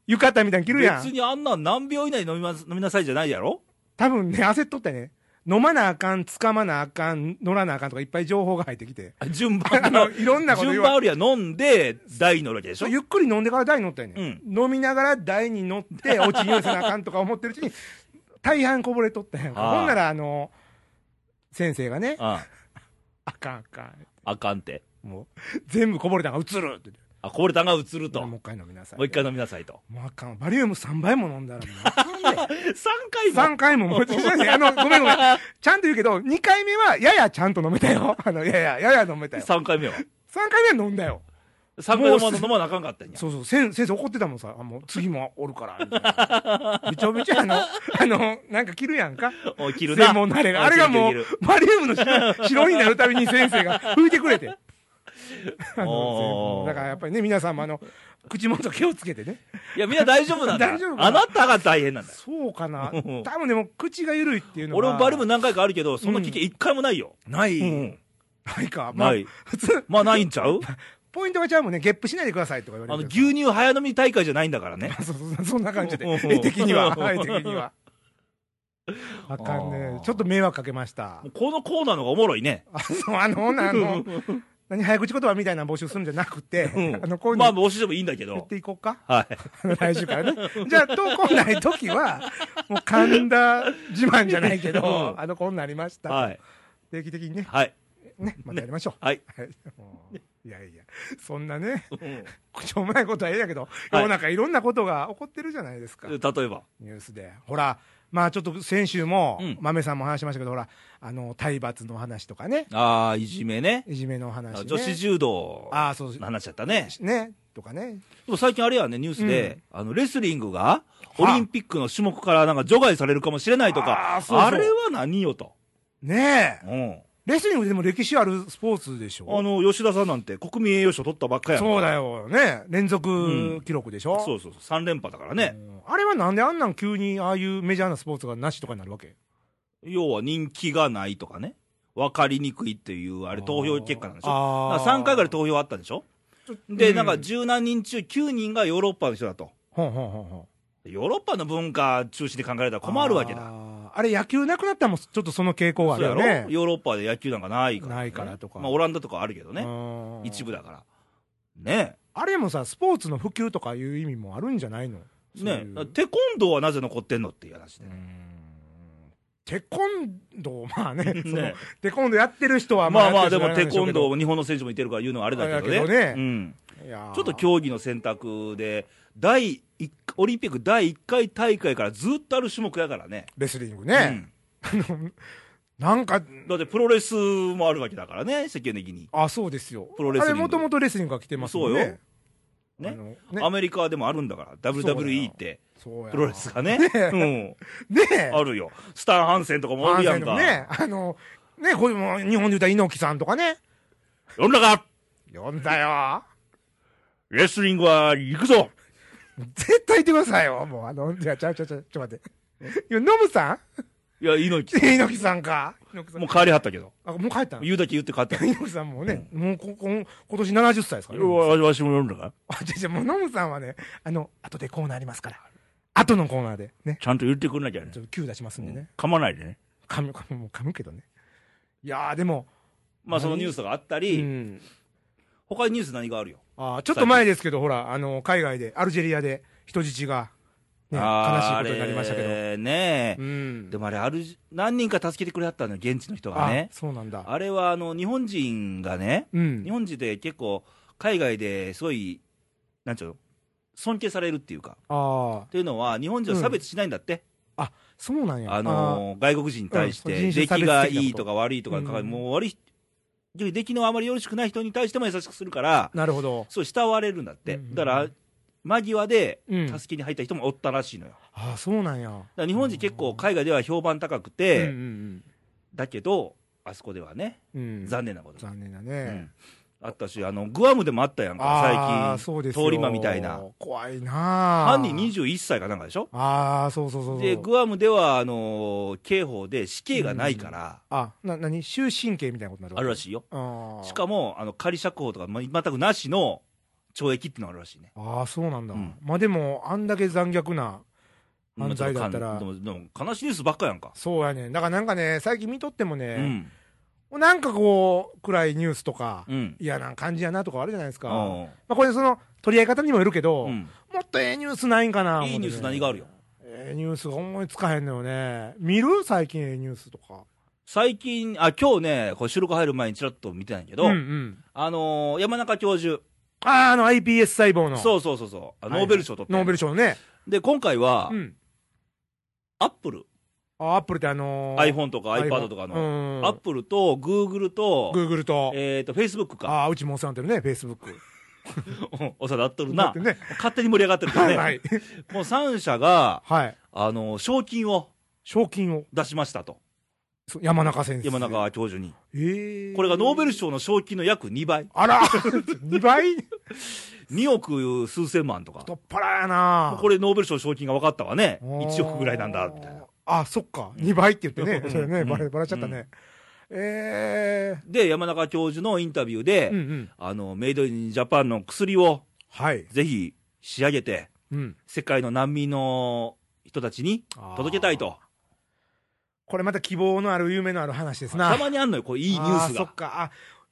Speaker 2: 浴 衣みたいに着るや
Speaker 1: 別
Speaker 2: ん。
Speaker 1: にあんなん何秒以内に飲みます、飲みなさいじゃないやろ
Speaker 2: 多分ね、焦っとったね。飲まなあかん、つかまなあかん、乗らなあかんとかいっぱい情報が入ってきて、
Speaker 1: あ順
Speaker 2: あ
Speaker 1: 番
Speaker 2: の
Speaker 1: の、
Speaker 2: いろんなこと言
Speaker 1: 順
Speaker 2: わ
Speaker 1: 番あるやん飲んで、台に乗るわけでしょ
Speaker 2: ゆっくり飲んでから台に乗ったんやね、ん、飲みながら台に乗 って、落ちに寄せなあかんとか思ってるうちに、大半こぼれとったんやんか。
Speaker 1: ああ
Speaker 2: ほんなら、あの、先生がね、
Speaker 1: あ
Speaker 2: あかんあかん。
Speaker 1: あかんって。
Speaker 2: もう、 全部こぼれたんが映るって言って
Speaker 1: あ、こぼれたんが映ると。
Speaker 2: もう
Speaker 1: も
Speaker 2: 一回飲みなさい。
Speaker 1: う一回飲みなさいと。
Speaker 2: もうあかん。バリウム3倍も飲んだらもうあかんで。
Speaker 1: 3回も。
Speaker 2: 3回ももう 一緒にあの、ごめんごめん。ちゃんと言うけど、2回目は、ややちゃんと飲めたよ。 あの、やや、やや飲めたよ。3
Speaker 1: 3回目は。
Speaker 2: 回目は飲んだよ。
Speaker 1: 3回も飲まなあかんかったんや。
Speaker 2: そうそう、先先生怒ってたもんさ。あ、もう次もおるからみたいな。 めちゃめちゃあの、あの、なんか着るやんか。
Speaker 1: おい切るな。
Speaker 2: 専門のあれが。あれがもう、バリウムの 白白になるたびに先生が拭いてくれて。あの
Speaker 1: おー
Speaker 2: だからやっぱりね、皆さんもあの、口元気をつけてね。
Speaker 1: いや、みんな大丈夫なんだ。
Speaker 2: 大丈夫か
Speaker 1: あなたが大変なんだ。
Speaker 2: そうかな。
Speaker 1: う
Speaker 2: 多
Speaker 1: ん
Speaker 2: 分でも、口が緩いっていうのは。
Speaker 1: 俺もバリウム何回かあるけど、そんな経験1回もないよ。
Speaker 2: ない。
Speaker 1: うん
Speaker 2: ないか。まあ
Speaker 1: ない。
Speaker 2: 普通、
Speaker 1: まあ、ないんちゃ う
Speaker 2: ポイントがちゃうもんね、ゲップしないでくださいとか言わ
Speaker 1: あ
Speaker 2: れる
Speaker 1: の、
Speaker 2: けど
Speaker 1: 牛乳早飲み大会じゃないんだから ね。
Speaker 2: あそうそうそんな感じで、
Speaker 1: うん
Speaker 2: 絵的には、絵的には。あかん
Speaker 1: あ
Speaker 2: ね
Speaker 1: ー。
Speaker 2: ちょっと迷惑かけました。
Speaker 1: このコーナーの方がおもろいね。
Speaker 2: あの、あの、あの、何、早口言葉みたいなの募集するんじゃなくて、
Speaker 1: うん
Speaker 2: あの、こういう
Speaker 1: まあ、
Speaker 2: の
Speaker 1: 募集してもいいんだけ
Speaker 2: 言っ
Speaker 1: ど。
Speaker 2: ていこうか。
Speaker 1: はい。
Speaker 2: 来週からね。じゃあ、投稿ないときは、もう神田自慢じゃないけど
Speaker 1: う、ん
Speaker 2: あの、こんなんありました。
Speaker 1: はい。
Speaker 2: 定期的にね、
Speaker 1: はい。
Speaker 2: ね、またやりましょう。
Speaker 1: はい。
Speaker 2: はい。もういやいや、そんなね、
Speaker 1: うん
Speaker 2: しょうもないことはええやけど、世
Speaker 1: はい
Speaker 2: の中いろんなことが起こってるじゃないですか。
Speaker 1: 例えば。
Speaker 2: ニュースで。ほら、まあちょっと先週も
Speaker 1: うん、
Speaker 2: 豆さんも話しましたけど、ほら、あの、体罰の話とかね、
Speaker 1: ああ、いじめね。
Speaker 2: いじめの話、ね。
Speaker 1: 女子柔道
Speaker 2: ああ、そう
Speaker 1: の話やったね。
Speaker 2: ね、とかね。
Speaker 1: でも最近あれやね、ニュースで、あの、レスリングが、オリンピックの種目からなんか除外されるかもしれないとか、
Speaker 2: あ
Speaker 1: あ
Speaker 2: ーそうそう
Speaker 1: れは何よと。
Speaker 2: ねえ。
Speaker 1: うん。
Speaker 2: レスリングでも歴史あるスポーツでし
Speaker 1: あ
Speaker 2: ょ
Speaker 1: の、吉田さんなんて国民栄誉賞取ったばっかやん
Speaker 2: そうだよ。ね連
Speaker 1: う
Speaker 2: 続
Speaker 1: ん
Speaker 2: 記録でしょ、
Speaker 1: そうそうそう、3連覇だからね。
Speaker 2: うんあれはなんであんなん急にああいうメジャーなスポーツがなしとかになるわけ
Speaker 1: 要は人気がないとかね。分かりにくいっていう、あれ投票結果なんでしょ
Speaker 2: あ
Speaker 1: だ
Speaker 2: ー
Speaker 1: から3回ぐらい投票あったんでしょで、
Speaker 2: うん
Speaker 1: なんか十何人中9人がヨーロッパの人だと。
Speaker 2: ほんほんほんほん。
Speaker 1: ヨーロッパの文化中心で考えられたら困るわけだ。
Speaker 2: あー。あれ野球なくなったらもうちょっとその傾向はあ
Speaker 1: そう
Speaker 2: る
Speaker 1: や
Speaker 2: よ
Speaker 1: ろ
Speaker 2: ね。
Speaker 1: ヨーロッパで野球なんかないから、
Speaker 2: ないからとか
Speaker 1: まあ、オランダとかあるけどね。
Speaker 2: ね
Speaker 1: 一部だから。ね
Speaker 2: あれもさ、スポーツの普及とかいう意味もあるんじゃないの
Speaker 1: え。
Speaker 2: そうい
Speaker 1: ね
Speaker 2: う
Speaker 1: え。テコンドーはなぜ残ってんのっていう話
Speaker 2: う
Speaker 1: で
Speaker 2: ー
Speaker 1: ね。
Speaker 2: んテコンドー、まあね、その
Speaker 1: ね
Speaker 2: テコンドーやってる人は
Speaker 1: まあまあ、でもテ
Speaker 2: テコ
Speaker 1: コ
Speaker 2: ン
Speaker 1: ン
Speaker 2: ド
Speaker 1: ドー
Speaker 2: ー
Speaker 1: も日本の選手もいてるから言うのはあれだけどね。
Speaker 2: あれだけどね
Speaker 1: うん。ち
Speaker 2: ち
Speaker 1: ょっと競技の選択で、第一オリンピック第1回大会からずっとある種目やからね。
Speaker 2: レスリングね、なんか、
Speaker 1: うんだってプロレスもあるわけだからね、世間的に。
Speaker 2: あそうですよ、
Speaker 1: プロレスリング
Speaker 2: あれ、もともとレスリングが来てますもんね、
Speaker 1: そうよね
Speaker 2: あの
Speaker 1: アメリカでもあるんだから、
Speaker 2: うだよ
Speaker 1: WWE って、
Speaker 2: そうや
Speaker 1: プロレスがね。
Speaker 2: ね
Speaker 1: う
Speaker 2: え
Speaker 1: ん。あるよ。スタン・ハンセンとかもおるやんか。
Speaker 2: あのね、あの、ね、こういうもう日本で言ったら猪木さんとかね、
Speaker 1: 世の中、
Speaker 2: 呼んだよ、
Speaker 1: レスリングは行くぞ
Speaker 2: 絶対言ってくださいよ、もう、あの、じゃあ、ちゃうちゃうちゃう、ちょっと待って、今、ノムさん
Speaker 1: いや、猪木。
Speaker 2: 猪木さんか。猪木さん
Speaker 1: もう帰りはったけど。
Speaker 2: あ、もう帰ったの
Speaker 1: 言うだけ言って帰 った。
Speaker 2: 猪木さんもね、もうここん今年70歳ですからね。
Speaker 1: わわしも読んだから。
Speaker 2: あ、じゃじゃもうノムさんはね、あの、後でコーナーありますから。後のコーナーで、ね。
Speaker 1: ちゃんと言ってくんなきゃね
Speaker 2: ちょっと Q 出しますんでね。
Speaker 1: 噛まないでね。
Speaker 2: 噛む、噛む、もう噛むけどね。いやー、でも、
Speaker 1: まあそのニュースがあった
Speaker 2: う
Speaker 1: り、
Speaker 2: ん。
Speaker 1: 他にニュース何があるよ。
Speaker 2: あーちょっと前ですけど、ほら、あの、海外で、アルジェリアで人質が、ね、悲しい
Speaker 1: あー
Speaker 2: ことになりましたけ
Speaker 1: あ
Speaker 2: ど。
Speaker 1: れね
Speaker 2: う
Speaker 1: え。
Speaker 2: ん。
Speaker 1: でもあれ、あるじ、何人か助けてくれはったのよ、現地の人がね
Speaker 2: あ、。そうなんだ。
Speaker 1: あれは、あの、日本人がね、
Speaker 2: う
Speaker 1: 日
Speaker 2: ん。
Speaker 1: 本人で結構、海外ですごい、なんちゅうの尊敬されるっていうか。
Speaker 2: ああ、
Speaker 1: というのは、日本人は差別しないんだって。
Speaker 2: そうなんや。
Speaker 1: あのー外国人に対し
Speaker 2: う
Speaker 1: て、
Speaker 2: ん
Speaker 1: 出来がいいとか悪いとか、
Speaker 2: うん
Speaker 1: もう悪い、出来のあまりよろしくない人に対しても優しくするから
Speaker 2: あー、なるほど。
Speaker 1: そう、慕われるんだって。
Speaker 2: うん
Speaker 1: だから、間際で、
Speaker 2: うん。
Speaker 1: 助けに入った人もおったらしいのよ。だか
Speaker 2: ああ、そうなんや。
Speaker 1: ら日本人結構、海外では評判高く
Speaker 2: うんう
Speaker 1: て、
Speaker 2: ん
Speaker 1: だけど、あそこではね、
Speaker 2: うんうん。
Speaker 1: 残念なこと。
Speaker 2: 残念だ
Speaker 1: う
Speaker 2: ね。
Speaker 1: んあったし、あの、グアムでもあったやん
Speaker 2: あ
Speaker 1: か
Speaker 2: ー、そう
Speaker 1: 最
Speaker 2: で
Speaker 1: 近。
Speaker 2: す
Speaker 1: 通
Speaker 2: よ
Speaker 1: り魔みたいな。。
Speaker 2: 怖いなあ
Speaker 1: 犯人21歳かなんかでしょ
Speaker 2: ああ、そうそうそうそう。
Speaker 1: で、グアムでは、あのー刑法で死刑がないから、
Speaker 2: あ、な、なに終身刑みたいなことになる
Speaker 1: あるら
Speaker 2: い。
Speaker 1: しいよ。
Speaker 2: ああ。
Speaker 1: しかも、あの仮釈放とかま全くなしの懲役っていうのがあるらしいね。
Speaker 2: ああ、そうなんだ。
Speaker 1: うん
Speaker 2: まあでも、あんだけ残虐な犯罪だったら
Speaker 1: まあちょっとかんでも、でも悲しいニュースばっかやんか。
Speaker 2: そうやねんだからなんかね、最近見とっても
Speaker 1: う
Speaker 2: ね、
Speaker 1: ん。
Speaker 2: なんかこう、暗いニュースとか、
Speaker 1: うん。
Speaker 2: 嫌な感じやなとかあるじゃないですか。ま
Speaker 1: あ
Speaker 2: あ、これその、取り合い方にもよるけ
Speaker 1: あ
Speaker 2: ど、
Speaker 1: うん。
Speaker 2: もっとええニュースないんかな、
Speaker 1: いいニュース
Speaker 2: 思って
Speaker 1: 何
Speaker 2: ね
Speaker 1: があるよ。
Speaker 2: ええニュースが思いつかへんのよね。見る最近ええニュースとか。
Speaker 1: 最近、あ、今日ね、こう収録入る前にちらっと見てないけど、
Speaker 2: うんうん。
Speaker 1: あのー山中教授、
Speaker 2: あー、あの iPS 細胞の。
Speaker 1: そうそうそうそう、あノーベル賞取って、
Speaker 2: ノーベル賞ね。
Speaker 1: で、今回は、
Speaker 2: うん。
Speaker 1: アップル、
Speaker 2: あ、アップルってあのー、
Speaker 1: iPhone とか iPad とかの、
Speaker 2: の
Speaker 1: アップルと Google と、
Speaker 2: Google と。
Speaker 1: えっ、と、Facebook か、
Speaker 2: ああ、うちもお世話になってるね、Facebook。
Speaker 1: お世話になっとる
Speaker 2: だっ
Speaker 1: な
Speaker 2: て、ね。
Speaker 1: 勝手に盛り上がってるからね、
Speaker 2: はい。
Speaker 1: もう3社が、
Speaker 2: はい。
Speaker 1: あのー賞金を
Speaker 2: 賞金を、
Speaker 1: 出しましたと、
Speaker 2: そう山中先生。
Speaker 1: 山。中教授に、
Speaker 2: ええ。
Speaker 1: これがノーベル
Speaker 2: 賞。
Speaker 1: 賞の賞金の約2倍、
Speaker 2: あら !2 倍
Speaker 1: 2億数千万とか、
Speaker 2: 太っ腹やな
Speaker 1: これ、ノーベル賞賞金が分かったわね、1億ぐらいなんだ、みたいな。。
Speaker 2: あーあ、そっか。2倍って言って
Speaker 1: う
Speaker 2: ね。
Speaker 1: ん
Speaker 2: それね、
Speaker 1: うん
Speaker 2: バレ、バレちゃったね。え
Speaker 1: で、山中教授のインタビューで、
Speaker 2: え。うんうん。
Speaker 1: あの、メイドインジャパンの薬を
Speaker 2: はい。
Speaker 1: ぜひ仕上げて、
Speaker 2: うん。
Speaker 1: 世界の難民の人たちに届けたいと。
Speaker 2: これまた希望のある、夢のある話ですな。
Speaker 1: たまにあんのよ、こういいニュース
Speaker 2: あそ
Speaker 1: が
Speaker 2: っ。か。あ、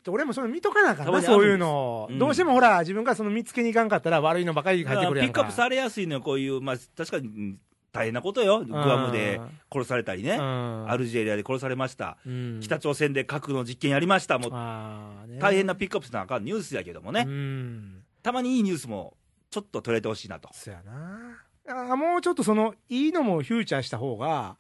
Speaker 2: 俺もそれ見とかなあかった
Speaker 1: たま
Speaker 2: な、
Speaker 1: にあるん
Speaker 2: そ
Speaker 1: です
Speaker 2: ういうのを、
Speaker 1: うん
Speaker 2: どうしてもほら、自分がその見つけに行かんかったら悪いのばかり
Speaker 1: だ
Speaker 2: 入
Speaker 1: か
Speaker 2: って
Speaker 1: ら
Speaker 2: くる
Speaker 1: ピ
Speaker 2: や
Speaker 1: ッ
Speaker 2: ん
Speaker 1: ク
Speaker 2: か。
Speaker 1: アップされやすいのよ、こういう、まあ、確かにうん大変なことよ。グアムで殺されたりね。ア
Speaker 2: ある、
Speaker 1: ルジェリアで殺されました。
Speaker 2: うん
Speaker 1: 北朝鮮で核の実験やりました。もう
Speaker 2: あーね
Speaker 1: 大変なピックアップしなあかんニュースやけどもね。
Speaker 2: うん。
Speaker 1: たまにいいニュースもちょっと取れてほしいなと。
Speaker 2: そやな。あーもうちょっとその、いいのもフューチャーした方が、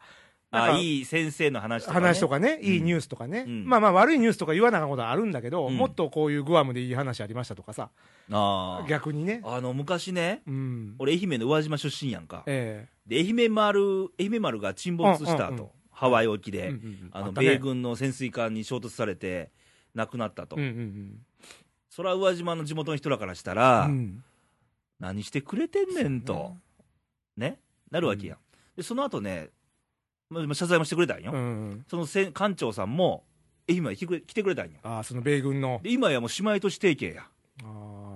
Speaker 2: なんか
Speaker 1: あいい先生の話とか、ね。
Speaker 2: 話とかね、
Speaker 1: ん
Speaker 2: いいニュースとかね、
Speaker 1: うん
Speaker 2: まあまあ悪いニュースとか言わなあかんことはあるんだけど、
Speaker 1: うん
Speaker 2: もっとこういうグアムでいい話ありましたとかさ、
Speaker 1: あー
Speaker 2: 逆にね。
Speaker 1: あの、昔ね、
Speaker 2: うん。
Speaker 1: 俺、愛媛の宇和島出身やんか、
Speaker 2: え
Speaker 1: で愛媛丸愛媛丸が沈没した
Speaker 2: うんうんうん
Speaker 1: と、ハワイ沖
Speaker 2: え
Speaker 1: で、あの
Speaker 2: ったね
Speaker 1: 米軍の潜水艦に衝突されて、亡くなったと
Speaker 2: うん、うん
Speaker 1: それは宇和島の地元の人らからした
Speaker 2: うん。
Speaker 1: ら
Speaker 2: う、ん
Speaker 1: 何してくれてんねんと、ね、なるわけやん。で、その後ね、まあ謝罪もしてくれたんよ、
Speaker 2: うん。
Speaker 1: そのせん艦長さんも愛媛に来てくれ来てくれたんよ。
Speaker 2: ああ、その米軍の。
Speaker 1: で今やもう姉妹都市提携や、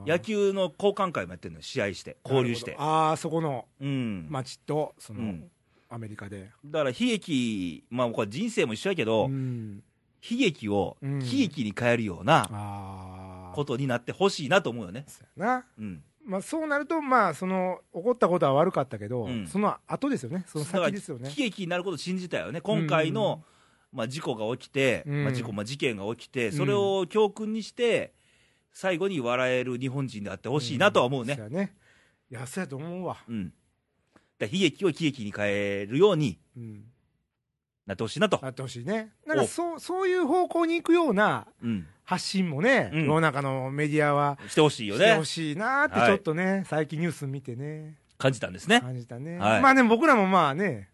Speaker 1: 野球の交換会もやってんのよ、試合して、交流して。
Speaker 2: ああそこの
Speaker 1: うん
Speaker 2: 町とその、
Speaker 1: うん
Speaker 2: アメリカで
Speaker 1: だから悲劇、まあ、これ人生も一緒やけど、
Speaker 2: うん
Speaker 1: 悲劇を
Speaker 2: うん
Speaker 1: 悲劇に変えるような
Speaker 2: ああ
Speaker 1: ことになってほしいなと思うよね。
Speaker 2: そうやな、
Speaker 1: うん。
Speaker 2: まあ、そうなるとまあその起こったことは悪かったけど、
Speaker 1: うん
Speaker 2: その後ですよねその
Speaker 1: だから
Speaker 2: 先ですよね
Speaker 1: 悲劇になることを信じたよね。今回の、まあ、事故が起きて、
Speaker 2: うん
Speaker 1: まあ、事故、まあ、事件が起きて、
Speaker 2: ん
Speaker 1: それを教訓にして、最後に笑える日本人であってほしいなとは思う
Speaker 2: そ
Speaker 1: ね。
Speaker 2: やねいやそうやと思うわ、
Speaker 1: うん。だから悲劇を悲劇に変えるように
Speaker 2: うん、
Speaker 1: なってほしいなと。
Speaker 2: あってほしいねなんかそうそういう方向に行くような
Speaker 1: うん。
Speaker 2: 発信もね、
Speaker 1: うん
Speaker 2: 世の中のメディアは
Speaker 1: してほしいよ
Speaker 2: して
Speaker 1: ね
Speaker 2: ほ。しいなーって
Speaker 1: はい
Speaker 2: ちょっとね、最近ニュース見てね
Speaker 1: 感じたんですね。
Speaker 2: 感じたね、
Speaker 1: はい
Speaker 2: まあでも僕らもまあね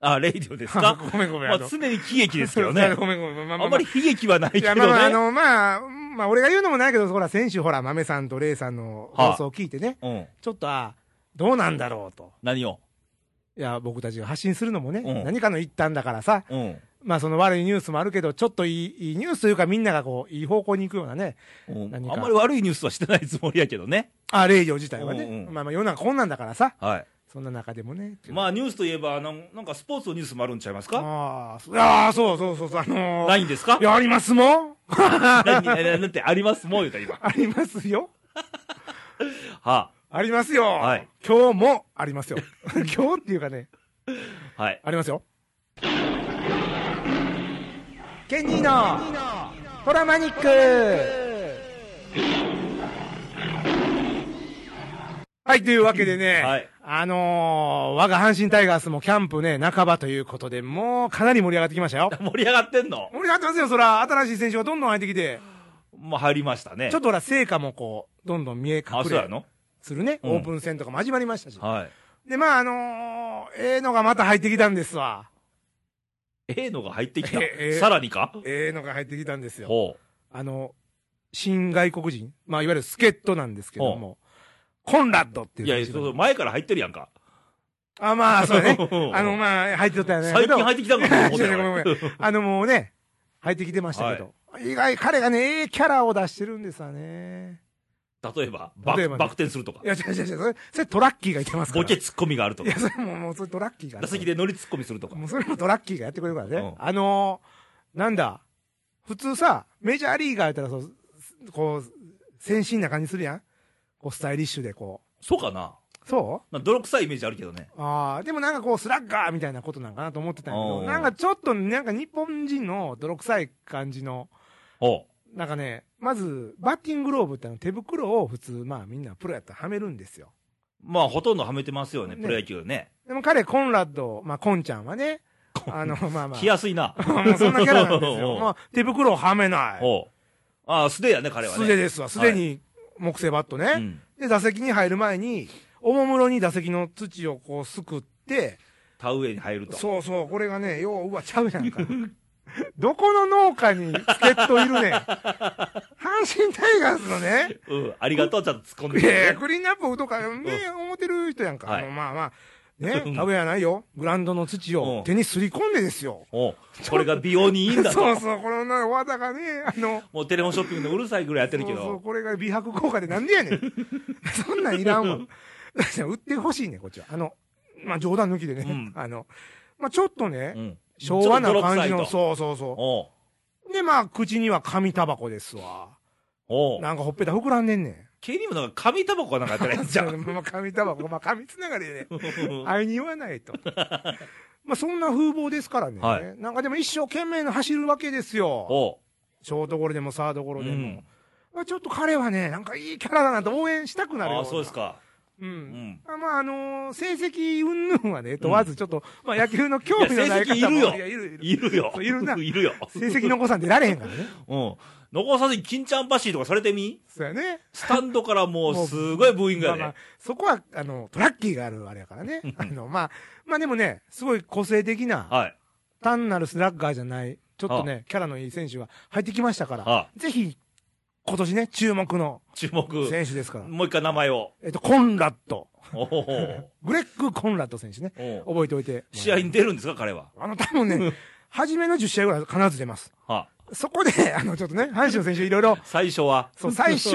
Speaker 1: あ、レイディオですか。
Speaker 2: ごめんごめん
Speaker 1: まあ、
Speaker 2: あの
Speaker 1: 常に悲劇ですけどね。
Speaker 2: ごめんごめん、 まあまあまあ
Speaker 1: あんまり悲劇はないけ
Speaker 2: い
Speaker 1: ど
Speaker 2: や、
Speaker 1: ね。
Speaker 2: まあまあ、あの、まあ、まあ、俺が言うのもないけど、ほら、先週、ほら、豆さんとレイさんの
Speaker 1: はあ
Speaker 2: 放送を聞いてね、
Speaker 1: うん。
Speaker 2: ちょっと、あどうなんだろうと。
Speaker 1: 何を。
Speaker 2: いや、僕たちが発信するのもね、
Speaker 1: うん
Speaker 2: 何かの一端だからさ、
Speaker 1: うん。
Speaker 2: まあ、その悪いニュースもあるけど、ちょっといい、いいニュースというか、みんながこう、いい方向に行くようなね、
Speaker 1: うん
Speaker 2: 何か
Speaker 1: あんまり悪いニュースはしてないつもりやけどね。
Speaker 2: あ、レイディオ自体はね、
Speaker 1: うんうん
Speaker 2: まあまあ、世の中こんなんだからさ、
Speaker 1: はい。
Speaker 2: そんな中でもね。
Speaker 1: まあニュースといえば、あの、なんかスポーツのニュースもあるんちゃいますか
Speaker 2: ああ、そいやーそうそうそうそう、あの
Speaker 1: な
Speaker 2: ー、
Speaker 1: いんですか
Speaker 2: いや、ありますもん
Speaker 1: 何何何なんてありますもん言うた今。
Speaker 2: ありますよ。
Speaker 1: は
Speaker 2: ありますよ。
Speaker 1: はい
Speaker 2: 今日もありますよ。 今日っていうかね、
Speaker 1: あ、はい。
Speaker 2: ありますよ。ケニーのトラマニックはい、というわけでね、
Speaker 1: はい
Speaker 2: あのー、我が阪神タイガースもキャンプね、半ばということで、もうかなり盛り上がってきましたよ。
Speaker 1: 盛り上がってんの
Speaker 2: 盛り上がってますよ、そら、新しい選手がどんどん入ってきて、
Speaker 1: まあ入りましたね。
Speaker 2: ちょっ
Speaker 1: っ
Speaker 2: とほら、成果もこう、どんどん見え
Speaker 1: あ、
Speaker 2: 隠
Speaker 1: そうや
Speaker 2: れ
Speaker 1: の
Speaker 2: するね、
Speaker 1: うん
Speaker 2: オープン戦とかも始まりましたし。
Speaker 1: はい。
Speaker 2: で、まあ、あのー、ええのがまた入ってきたんですわ。
Speaker 1: ええのが入ってきた
Speaker 2: ええ。
Speaker 1: さらにか
Speaker 2: ええのが入ってきたんですよ。
Speaker 1: ほ
Speaker 2: あの、新外国人、まあ、いわゆる助っ人なんですけども、コンラッドって
Speaker 1: う。
Speaker 2: いう
Speaker 1: い
Speaker 2: 選
Speaker 1: や、
Speaker 2: 手
Speaker 1: そ
Speaker 2: が。
Speaker 1: う前から入ってるやんか。。
Speaker 2: あ、まあ、そうだね
Speaker 1: うん
Speaker 2: あの、まあ、入ってとったよね。
Speaker 1: 最近入
Speaker 2: っ
Speaker 1: ってきたの かと思
Speaker 2: ご
Speaker 1: った
Speaker 2: め
Speaker 1: よ
Speaker 2: んごめん。あの、もうね、入ってきてましたけど。意外、彼がね、ええキャラを出してるんですわね。
Speaker 1: 例えば、バ
Speaker 2: 例えばね
Speaker 1: バク転するとか
Speaker 2: い、や、違う違う違う。それ、それトラッキーがいてますか
Speaker 1: ボ
Speaker 2: ら。
Speaker 1: ケツッコミがあると
Speaker 2: い
Speaker 1: か
Speaker 2: や、、それもう、もう、それトラッキーがある
Speaker 1: 打
Speaker 2: から。
Speaker 1: 席で乗りツッコミするとか。
Speaker 2: もうそれもトラッキーがやってくれるからね。
Speaker 1: うん
Speaker 2: あのー、なんだ、普通さ、メジャーリーガーやったらそう、こう、先進な感じするやん。こう、スタイリッシュでこ
Speaker 1: そうかな
Speaker 2: う。そう
Speaker 1: まあ、泥臭いイメージあるけどね。
Speaker 2: ああ、でもなんかこう、スラッガーみたいなことなんかなと思ってたんやけ
Speaker 1: お
Speaker 2: ど、
Speaker 1: う
Speaker 2: なんかちょっと、なんか日本人の泥臭い感じの、
Speaker 1: おう
Speaker 2: なんかね、まず、バッティンググローブってあの手袋を普通、まあみんなプロやったらはめるんですよ。
Speaker 1: まあ、ほとんどはめてますよね、
Speaker 2: ね
Speaker 1: プロ野球ね。
Speaker 2: でも彼、コンラッド、まあコンちゃんはね、あの、ま あまあ、
Speaker 1: 着やすいな。
Speaker 2: もうそんなキャラなんで す
Speaker 1: お
Speaker 2: よ。
Speaker 1: う
Speaker 2: まあ、手袋をはめない。
Speaker 1: おうああ、素手やね、彼はね。
Speaker 2: 素手ですわ。素手に木製バットね。
Speaker 1: うん
Speaker 2: で、打席に入る前に、おもむろに打席の土をこうすくって、
Speaker 1: 田植えに入ると。
Speaker 2: そうそう、これがね、よう、うわ、ちゃうやんか。どこの農家に助っ人い るねん。阪神タイガースのね、
Speaker 1: うん、ありがとう、ちゃんと突っ込んで
Speaker 2: い
Speaker 1: くれ
Speaker 2: やいや
Speaker 1: てね
Speaker 2: クリーンナップとか、ね、思ってる人やんか。
Speaker 1: はい
Speaker 2: もうまあまあ、
Speaker 1: う
Speaker 2: ね、
Speaker 1: ん
Speaker 2: 食べやないよ。グラウンドの土
Speaker 1: うん
Speaker 2: を手にすり込んでですよ。
Speaker 1: おうこれが美容にいいんだと。
Speaker 2: そうそう、このな、わざがね、あの、
Speaker 1: もうテレフォンショッピングのうるさいぐらいやってるけ
Speaker 2: そうそう
Speaker 1: ど。
Speaker 2: これが美白効果でなんでやねん そんなんいらんわ だって売ってほしいねこっちはあのまあ冗談抜きでね、
Speaker 1: うん
Speaker 2: あのまあちょっとね、
Speaker 1: うん
Speaker 2: 昭和な
Speaker 1: ちょっと
Speaker 2: 感じ
Speaker 1: 泥臭
Speaker 2: の
Speaker 1: いと
Speaker 2: そうそうそ
Speaker 1: おう
Speaker 2: うでまあ口には紙タバコですわ
Speaker 1: おう
Speaker 2: なんかほっぺた膨らんでんね
Speaker 1: 毛にもなんか紙タバコかなんかやって ない
Speaker 2: ん
Speaker 1: じゃん。
Speaker 2: まあ紙タバコまあ紙つながりでねあいに言わない とまあそんな風貌ですからね、
Speaker 1: は
Speaker 2: なんかでも一生懸命の走るわけですよ
Speaker 1: おう
Speaker 2: ショートゴロでもサードゴロでも、
Speaker 1: うん
Speaker 2: まあちょっと彼はねなんかいいキャラだなと応援したくなる
Speaker 1: あ
Speaker 2: よう
Speaker 1: あ、
Speaker 2: な
Speaker 1: そうですか。
Speaker 2: う。
Speaker 1: うんん。
Speaker 2: あまあ、あのー成績云々はね、問わず、ちょっと、まあ、野球の興味のない方も
Speaker 1: いや成績いるよ
Speaker 2: いや、いる、いる。
Speaker 1: いるよ。
Speaker 2: そういるない
Speaker 1: るよ。
Speaker 2: 成績残さん出られへんからね。
Speaker 1: うん。残さずに金ちゃん走りとかされてみ
Speaker 2: そうやね。
Speaker 1: スタンドからもうすごいブーイングや
Speaker 2: まあま
Speaker 1: ね
Speaker 2: あ。、そこは、あの、トラッキーがあるあれやからね。あの、まあ、まあでもね、すごい個性的な、
Speaker 1: はい。
Speaker 2: 単なるスラッガーじゃない、ちょっとね、キャラのいい選手が入ってきましたから、
Speaker 1: あ
Speaker 2: ぜひ、今年ね、注目の
Speaker 1: 注目。
Speaker 2: 選手ですから。
Speaker 1: もう一回名前を。
Speaker 2: えっと、コンラッド。
Speaker 1: おお
Speaker 2: グレッグ・コンラッド選手ね。
Speaker 1: おう
Speaker 2: 覚 えておいて。
Speaker 1: 試合に出るんですか、彼は。
Speaker 2: あの、多分ね、初めの10試合ぐらいは必ず出ます。
Speaker 1: は
Speaker 2: そこで、あの、ちょっとね、阪神の選手いろいろ、
Speaker 1: 最初は。
Speaker 2: そう、最初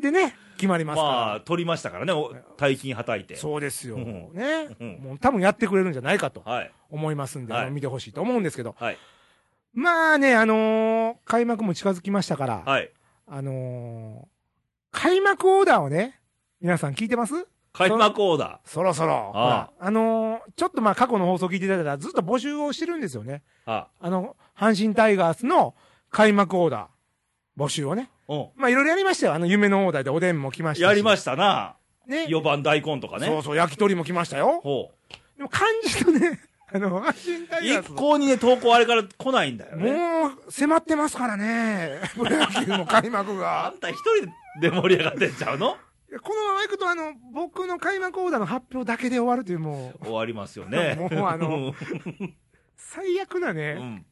Speaker 2: でね、決まりますか ら。
Speaker 1: まあ、取りましたからね、お大金はたいて。
Speaker 2: そうですよ。
Speaker 1: うん
Speaker 2: ね。
Speaker 1: うん
Speaker 2: もう多分やってくれるんじゃないかと
Speaker 1: はい。
Speaker 2: 思いますんで、
Speaker 1: はい
Speaker 2: あの見てほしいと思うんですけど。
Speaker 1: はい。
Speaker 2: まあね、あのー開幕も近づきましたから、
Speaker 1: はい。
Speaker 2: あのー開幕オーダーをね、皆さん聞いてます
Speaker 1: 開幕オーダ
Speaker 2: そろそろ。
Speaker 1: ああ
Speaker 2: ほらあのーちょっとまあ過去の放送聞いていただいたらずっと募集をしてるんですよね。
Speaker 1: ー。は
Speaker 2: あの、阪神タイガースの開幕オーダー、募集をね。
Speaker 1: うん。
Speaker 2: まあいろいろやりましたよ。あの、夢のオーダーでおでんも来ましたし。
Speaker 1: やりましたな。
Speaker 2: ね。
Speaker 1: 4番大根とか
Speaker 2: そう
Speaker 1: ね。
Speaker 2: そう、焼き鳥も来ましたよ。
Speaker 1: ほう。
Speaker 2: でも漢字とね、 あの、阪神タイガ
Speaker 1: 一
Speaker 2: ースの
Speaker 1: 向にね、投稿あれから来ないんだよね。
Speaker 2: もう迫ってますからね、 プロ野球も開幕
Speaker 1: あ
Speaker 2: が。
Speaker 1: んた一人で盛り上がってっちゃうの
Speaker 2: いやこのままいくと、あの、僕の開幕オーダーの発表だけで終わるという、もう、
Speaker 1: 終わりますよね。
Speaker 2: もうあ の最悪な
Speaker 1: う
Speaker 2: ね、
Speaker 1: ん。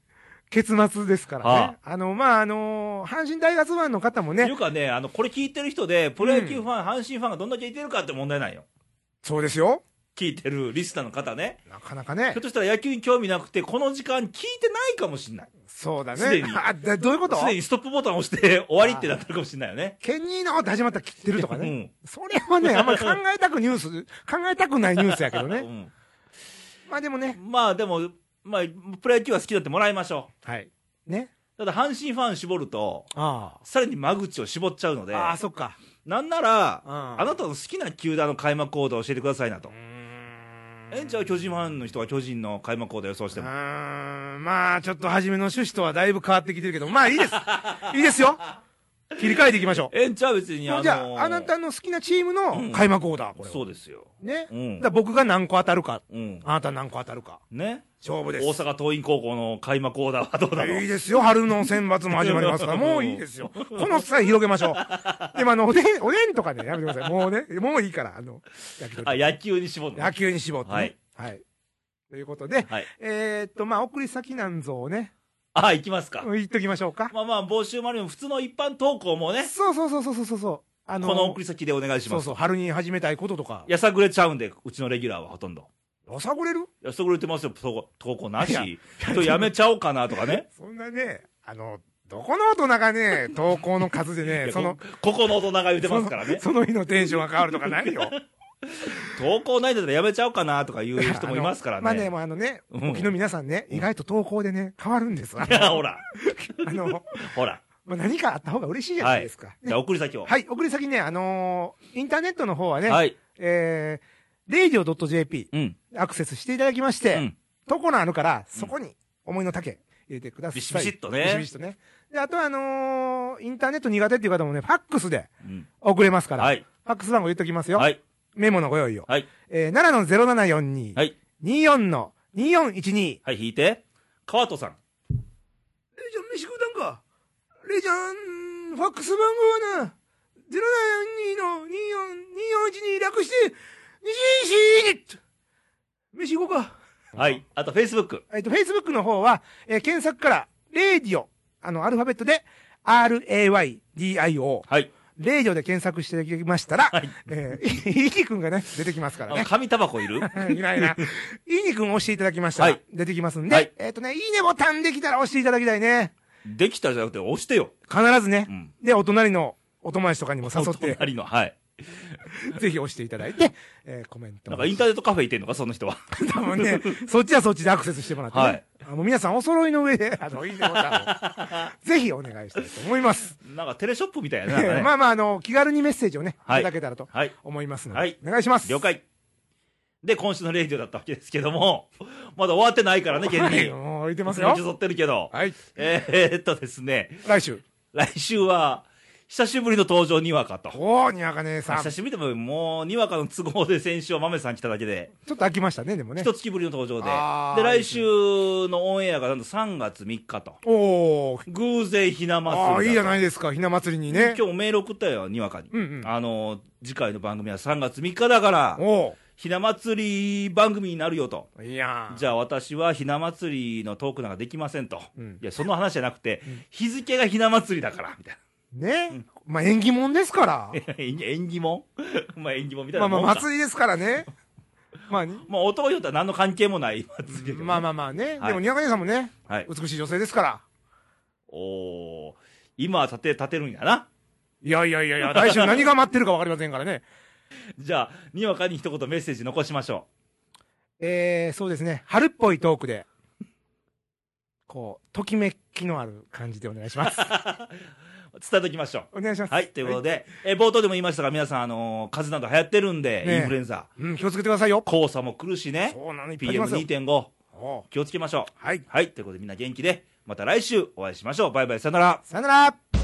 Speaker 2: 結末ですからね。あの、まあ、あの、阪神タイガースファンの方も
Speaker 1: ってい
Speaker 2: ね、
Speaker 1: うかね、あの、これ聞いてる人で、プロ野球ファン、阪神ファンがどんだけいてるかって問題ないよ。
Speaker 2: そうですよ。
Speaker 1: 聞いてるリスナーの方ね。
Speaker 2: なかなか
Speaker 1: ひ
Speaker 2: ね
Speaker 1: ょっ、としたら野球に興味なくて、この時間聞いてないかもしれない。
Speaker 2: そうだ
Speaker 1: すで
Speaker 2: ね
Speaker 1: に。
Speaker 2: あ、だどういうこと
Speaker 1: すでにストップボタンを押して、終わりってなってるかもしれないよね。
Speaker 2: ケニーのって始まったら切ってるとか
Speaker 1: う
Speaker 2: ね。
Speaker 1: ん。
Speaker 2: それはね、あんまり考えたくニュース、考えたくないニュースやけど
Speaker 1: う
Speaker 2: ね。
Speaker 1: ん。
Speaker 2: まあでもね、
Speaker 1: まあでも、まあ、プロ野球は好きだってもらいましょ
Speaker 2: はい。ね。
Speaker 1: う。ただ、阪神ファン絞ると、
Speaker 2: あ
Speaker 1: さらに間口を絞っちゃうので、
Speaker 2: ああ、そっか。
Speaker 1: なんなら、
Speaker 2: あ
Speaker 1: あなたの好きな球団の開幕行動を教えてくださいなと
Speaker 2: う。
Speaker 1: え
Speaker 2: ーん。
Speaker 1: じゃあ巨人ファンの人は巨人の開幕行動を予想して
Speaker 2: う
Speaker 1: も。
Speaker 2: ーん。まあ、ちょっと初めの趣旨とはだいぶ変わってきてるけど、まあい いです。いいですよ。切り替えていきましょ
Speaker 1: えじゃあ別にあ
Speaker 2: う。も
Speaker 1: の
Speaker 2: うじゃあ、あなたの好きなチームの開幕オーダー、これは。
Speaker 1: そうですよ。
Speaker 2: ね。
Speaker 1: うん
Speaker 2: だから僕が何個当たるか、
Speaker 1: うん。
Speaker 2: あなた何個当たるか、
Speaker 1: ね。
Speaker 2: 勝負
Speaker 1: 大
Speaker 2: です。
Speaker 1: 阪桐蔭高校の開幕オーダーはどうだろう。
Speaker 2: いいですよ。春の選抜も始まりますから、もういいですよ。この際広げまし ょう。でもあの、おでん、おでんとかね、やめてください。もうね、もういいから、あの、焼き
Speaker 1: あ、
Speaker 2: 鳥。
Speaker 1: 野球に絞るの。
Speaker 2: 野球に絞ってね。
Speaker 1: は
Speaker 2: はいい。ということで、
Speaker 1: はい。
Speaker 2: えー、っと、まあ、送り先なんぞをね、
Speaker 1: あ、行きますか。
Speaker 2: 言っときましょうか。
Speaker 1: まあまあ、募集もあるように普通の一般投稿もね、
Speaker 2: そうそうそうそうそうそう。あ
Speaker 1: この送り先でお願いし
Speaker 2: そ
Speaker 1: ま
Speaker 2: う
Speaker 1: す。
Speaker 2: そう、春に始めたいこととか、
Speaker 1: やさぐれちゃうんで、うちのレギュラーはほとんど。
Speaker 2: やさぐれる
Speaker 1: やさぐれてますよ、投稿投稿ない
Speaker 2: や
Speaker 1: し。人やめちゃおうかなとかね。
Speaker 2: そんなね、あの、どこの大人 がね、投稿の数で
Speaker 1: い
Speaker 2: ね、
Speaker 1: や
Speaker 2: その
Speaker 1: こ、ここの大人が言ってますからね。
Speaker 2: そのその日のテンションが変わるとかな いよ。
Speaker 1: 投稿ないんだったらやめちゃおうかなとかいう人もいますから
Speaker 2: あのまあ
Speaker 1: ね。
Speaker 2: ね、もうあのね、
Speaker 1: うん
Speaker 2: 沖の皆さんね、意外と投稿でね、変わるんです わ。
Speaker 1: いや、ほら、
Speaker 2: あの、
Speaker 1: ほら。
Speaker 2: まあ、何かあった方が嬉しいじゃ
Speaker 1: は
Speaker 2: ない
Speaker 1: い
Speaker 2: ですか。。
Speaker 1: じゃあ、送り先を。
Speaker 2: はい、送り先ね、あのーインターネットの方はね、
Speaker 1: はい。
Speaker 2: えー、radio.jp
Speaker 1: うん。
Speaker 2: アクセスしていただきまし
Speaker 1: う
Speaker 2: て、
Speaker 1: ん。
Speaker 2: とこのあるから、そこに思いの丈入れてください。
Speaker 1: ビシビシッとね
Speaker 2: ビシビシッとね。で、あとはあのーインターネット苦手っていう方もね、ファックスで
Speaker 1: うん
Speaker 2: 送れますから、
Speaker 1: はい。
Speaker 2: ファックス番号言っときますよ。
Speaker 1: はい。
Speaker 2: メモのご用意を。
Speaker 1: はい。
Speaker 2: えー、7の0742、
Speaker 1: はい。
Speaker 2: 24の2412。
Speaker 1: はい、引いて。川戸さん。
Speaker 2: レイちゃん飯食うたんかレイちゃん、ファックス番号はな、072の242412略して、212飯行こうか。
Speaker 1: はい。あと、Facebook。
Speaker 2: えっと、Facebook の方は、えー検索から、レイディオ、あの、アルファベットで、RAYDIO、
Speaker 1: はい。
Speaker 2: レイディオで検索していただきましたら、
Speaker 1: はい
Speaker 2: えー、イニ君がね、出てきますから
Speaker 1: あ
Speaker 2: ね。
Speaker 1: 紙タバコいる
Speaker 2: いない な。いいに君押していただきました
Speaker 1: は
Speaker 2: ら
Speaker 1: い、
Speaker 2: 出てきますんで、
Speaker 1: はい
Speaker 2: えっ、とね、いいねボタンできたら押していただきたいね。
Speaker 1: できたじゃなくて、押してよ。
Speaker 2: 必ずね、
Speaker 1: うん
Speaker 2: で、お隣のお友達とかにも誘っ
Speaker 1: お
Speaker 2: て、
Speaker 1: 隣の。はい。
Speaker 2: ぜひ押していただいて、えーコメント
Speaker 1: なん
Speaker 2: も
Speaker 1: か、インターネットカフェいてんのか、その人は。
Speaker 2: 多分ね、そっちはそっちでアクセスしてもらって、ね
Speaker 1: はい
Speaker 2: あの皆さんお揃いの上で、あの、いいねボタン を、ぜひお願いしたいと思います。
Speaker 1: なんか、テレショップみたいな。なんかね
Speaker 2: まあまあ、あの、気軽にメッセージをね、
Speaker 1: はい
Speaker 2: いただけたらと
Speaker 1: はい。
Speaker 2: 思いますので、
Speaker 1: はい
Speaker 2: お願いします。
Speaker 1: 了解。で、今週のレイディオだったわけですけども、 まだ終わってないからね、現
Speaker 2: はい、
Speaker 1: に。
Speaker 2: もう置いてます
Speaker 1: い
Speaker 2: よ
Speaker 1: つ。も譲ってるけど。
Speaker 2: はい。
Speaker 1: えーっとですね、
Speaker 2: 来週。
Speaker 1: 来週は、久しぶりの登場にわかと。
Speaker 2: おー、にわか姉さん。
Speaker 1: 久
Speaker 2: ち
Speaker 1: しぶりでも、もう、にわかの都合で先週は豆さん来ただけで、
Speaker 2: ょっと飽きましたね、でもね
Speaker 1: 一。月ぶりの登場で。
Speaker 2: あー
Speaker 1: で、
Speaker 2: いい
Speaker 1: 来
Speaker 2: です
Speaker 1: 週
Speaker 2: ね
Speaker 1: のオンエアがなんと3月3日と。
Speaker 2: おー、
Speaker 1: 偶然ひな祭りだ
Speaker 2: あ
Speaker 1: と。
Speaker 2: ーいいじゃないですか、ひな祭りにね。
Speaker 1: 今日メール送ったよ、にわかに。
Speaker 2: うんうん
Speaker 1: あの、次回の番組は3月3日だから、
Speaker 2: お
Speaker 1: ひな祭り番組になるよと。
Speaker 2: ー、いやー。
Speaker 1: じゃあ私はひな祭りのトークなんかできませんと、
Speaker 2: うん
Speaker 1: いやその話じゃなくて、日付がひな祭りだから みたい
Speaker 2: ね、まあ縁起物ですから。
Speaker 1: な縁起縁起も んまあ縁起もんみたい
Speaker 2: ま
Speaker 1: な
Speaker 2: あまあ
Speaker 1: もんか
Speaker 2: 祭りですか らね。まあに、
Speaker 1: まあ男にとっては何の関係もない祭りだけどね、
Speaker 2: まあまあまあね。
Speaker 1: はい
Speaker 2: でも、にわか姉さんもね、
Speaker 1: はい
Speaker 2: 美しい女性ですから。
Speaker 1: おー今は立て立てるんやない
Speaker 2: やいやいやいや、来週何が待ってるか分かりませんからね。
Speaker 1: じゃあにわかに一言メッセージ残しましょ
Speaker 2: えー、そうですね。春っぽいトークで、こう、ときめきのある感じでお願いします。
Speaker 1: う伝えときましょう
Speaker 2: お願いします。
Speaker 1: はいということで、え冒頭でも言いましたが皆さんあのー風邪など流行ってるんで、
Speaker 2: ねえ
Speaker 1: インフルエンザ
Speaker 2: うん、気をつけてくださいよ。
Speaker 1: 黄砂も来るしね
Speaker 2: そうなの、いっぱいありますよ。
Speaker 1: PM2.5
Speaker 2: おう
Speaker 1: 気をつけましょう
Speaker 2: はい。
Speaker 1: はいということでみんな元気でまた来週お会いしましょうバイバイさよなら
Speaker 2: さよなら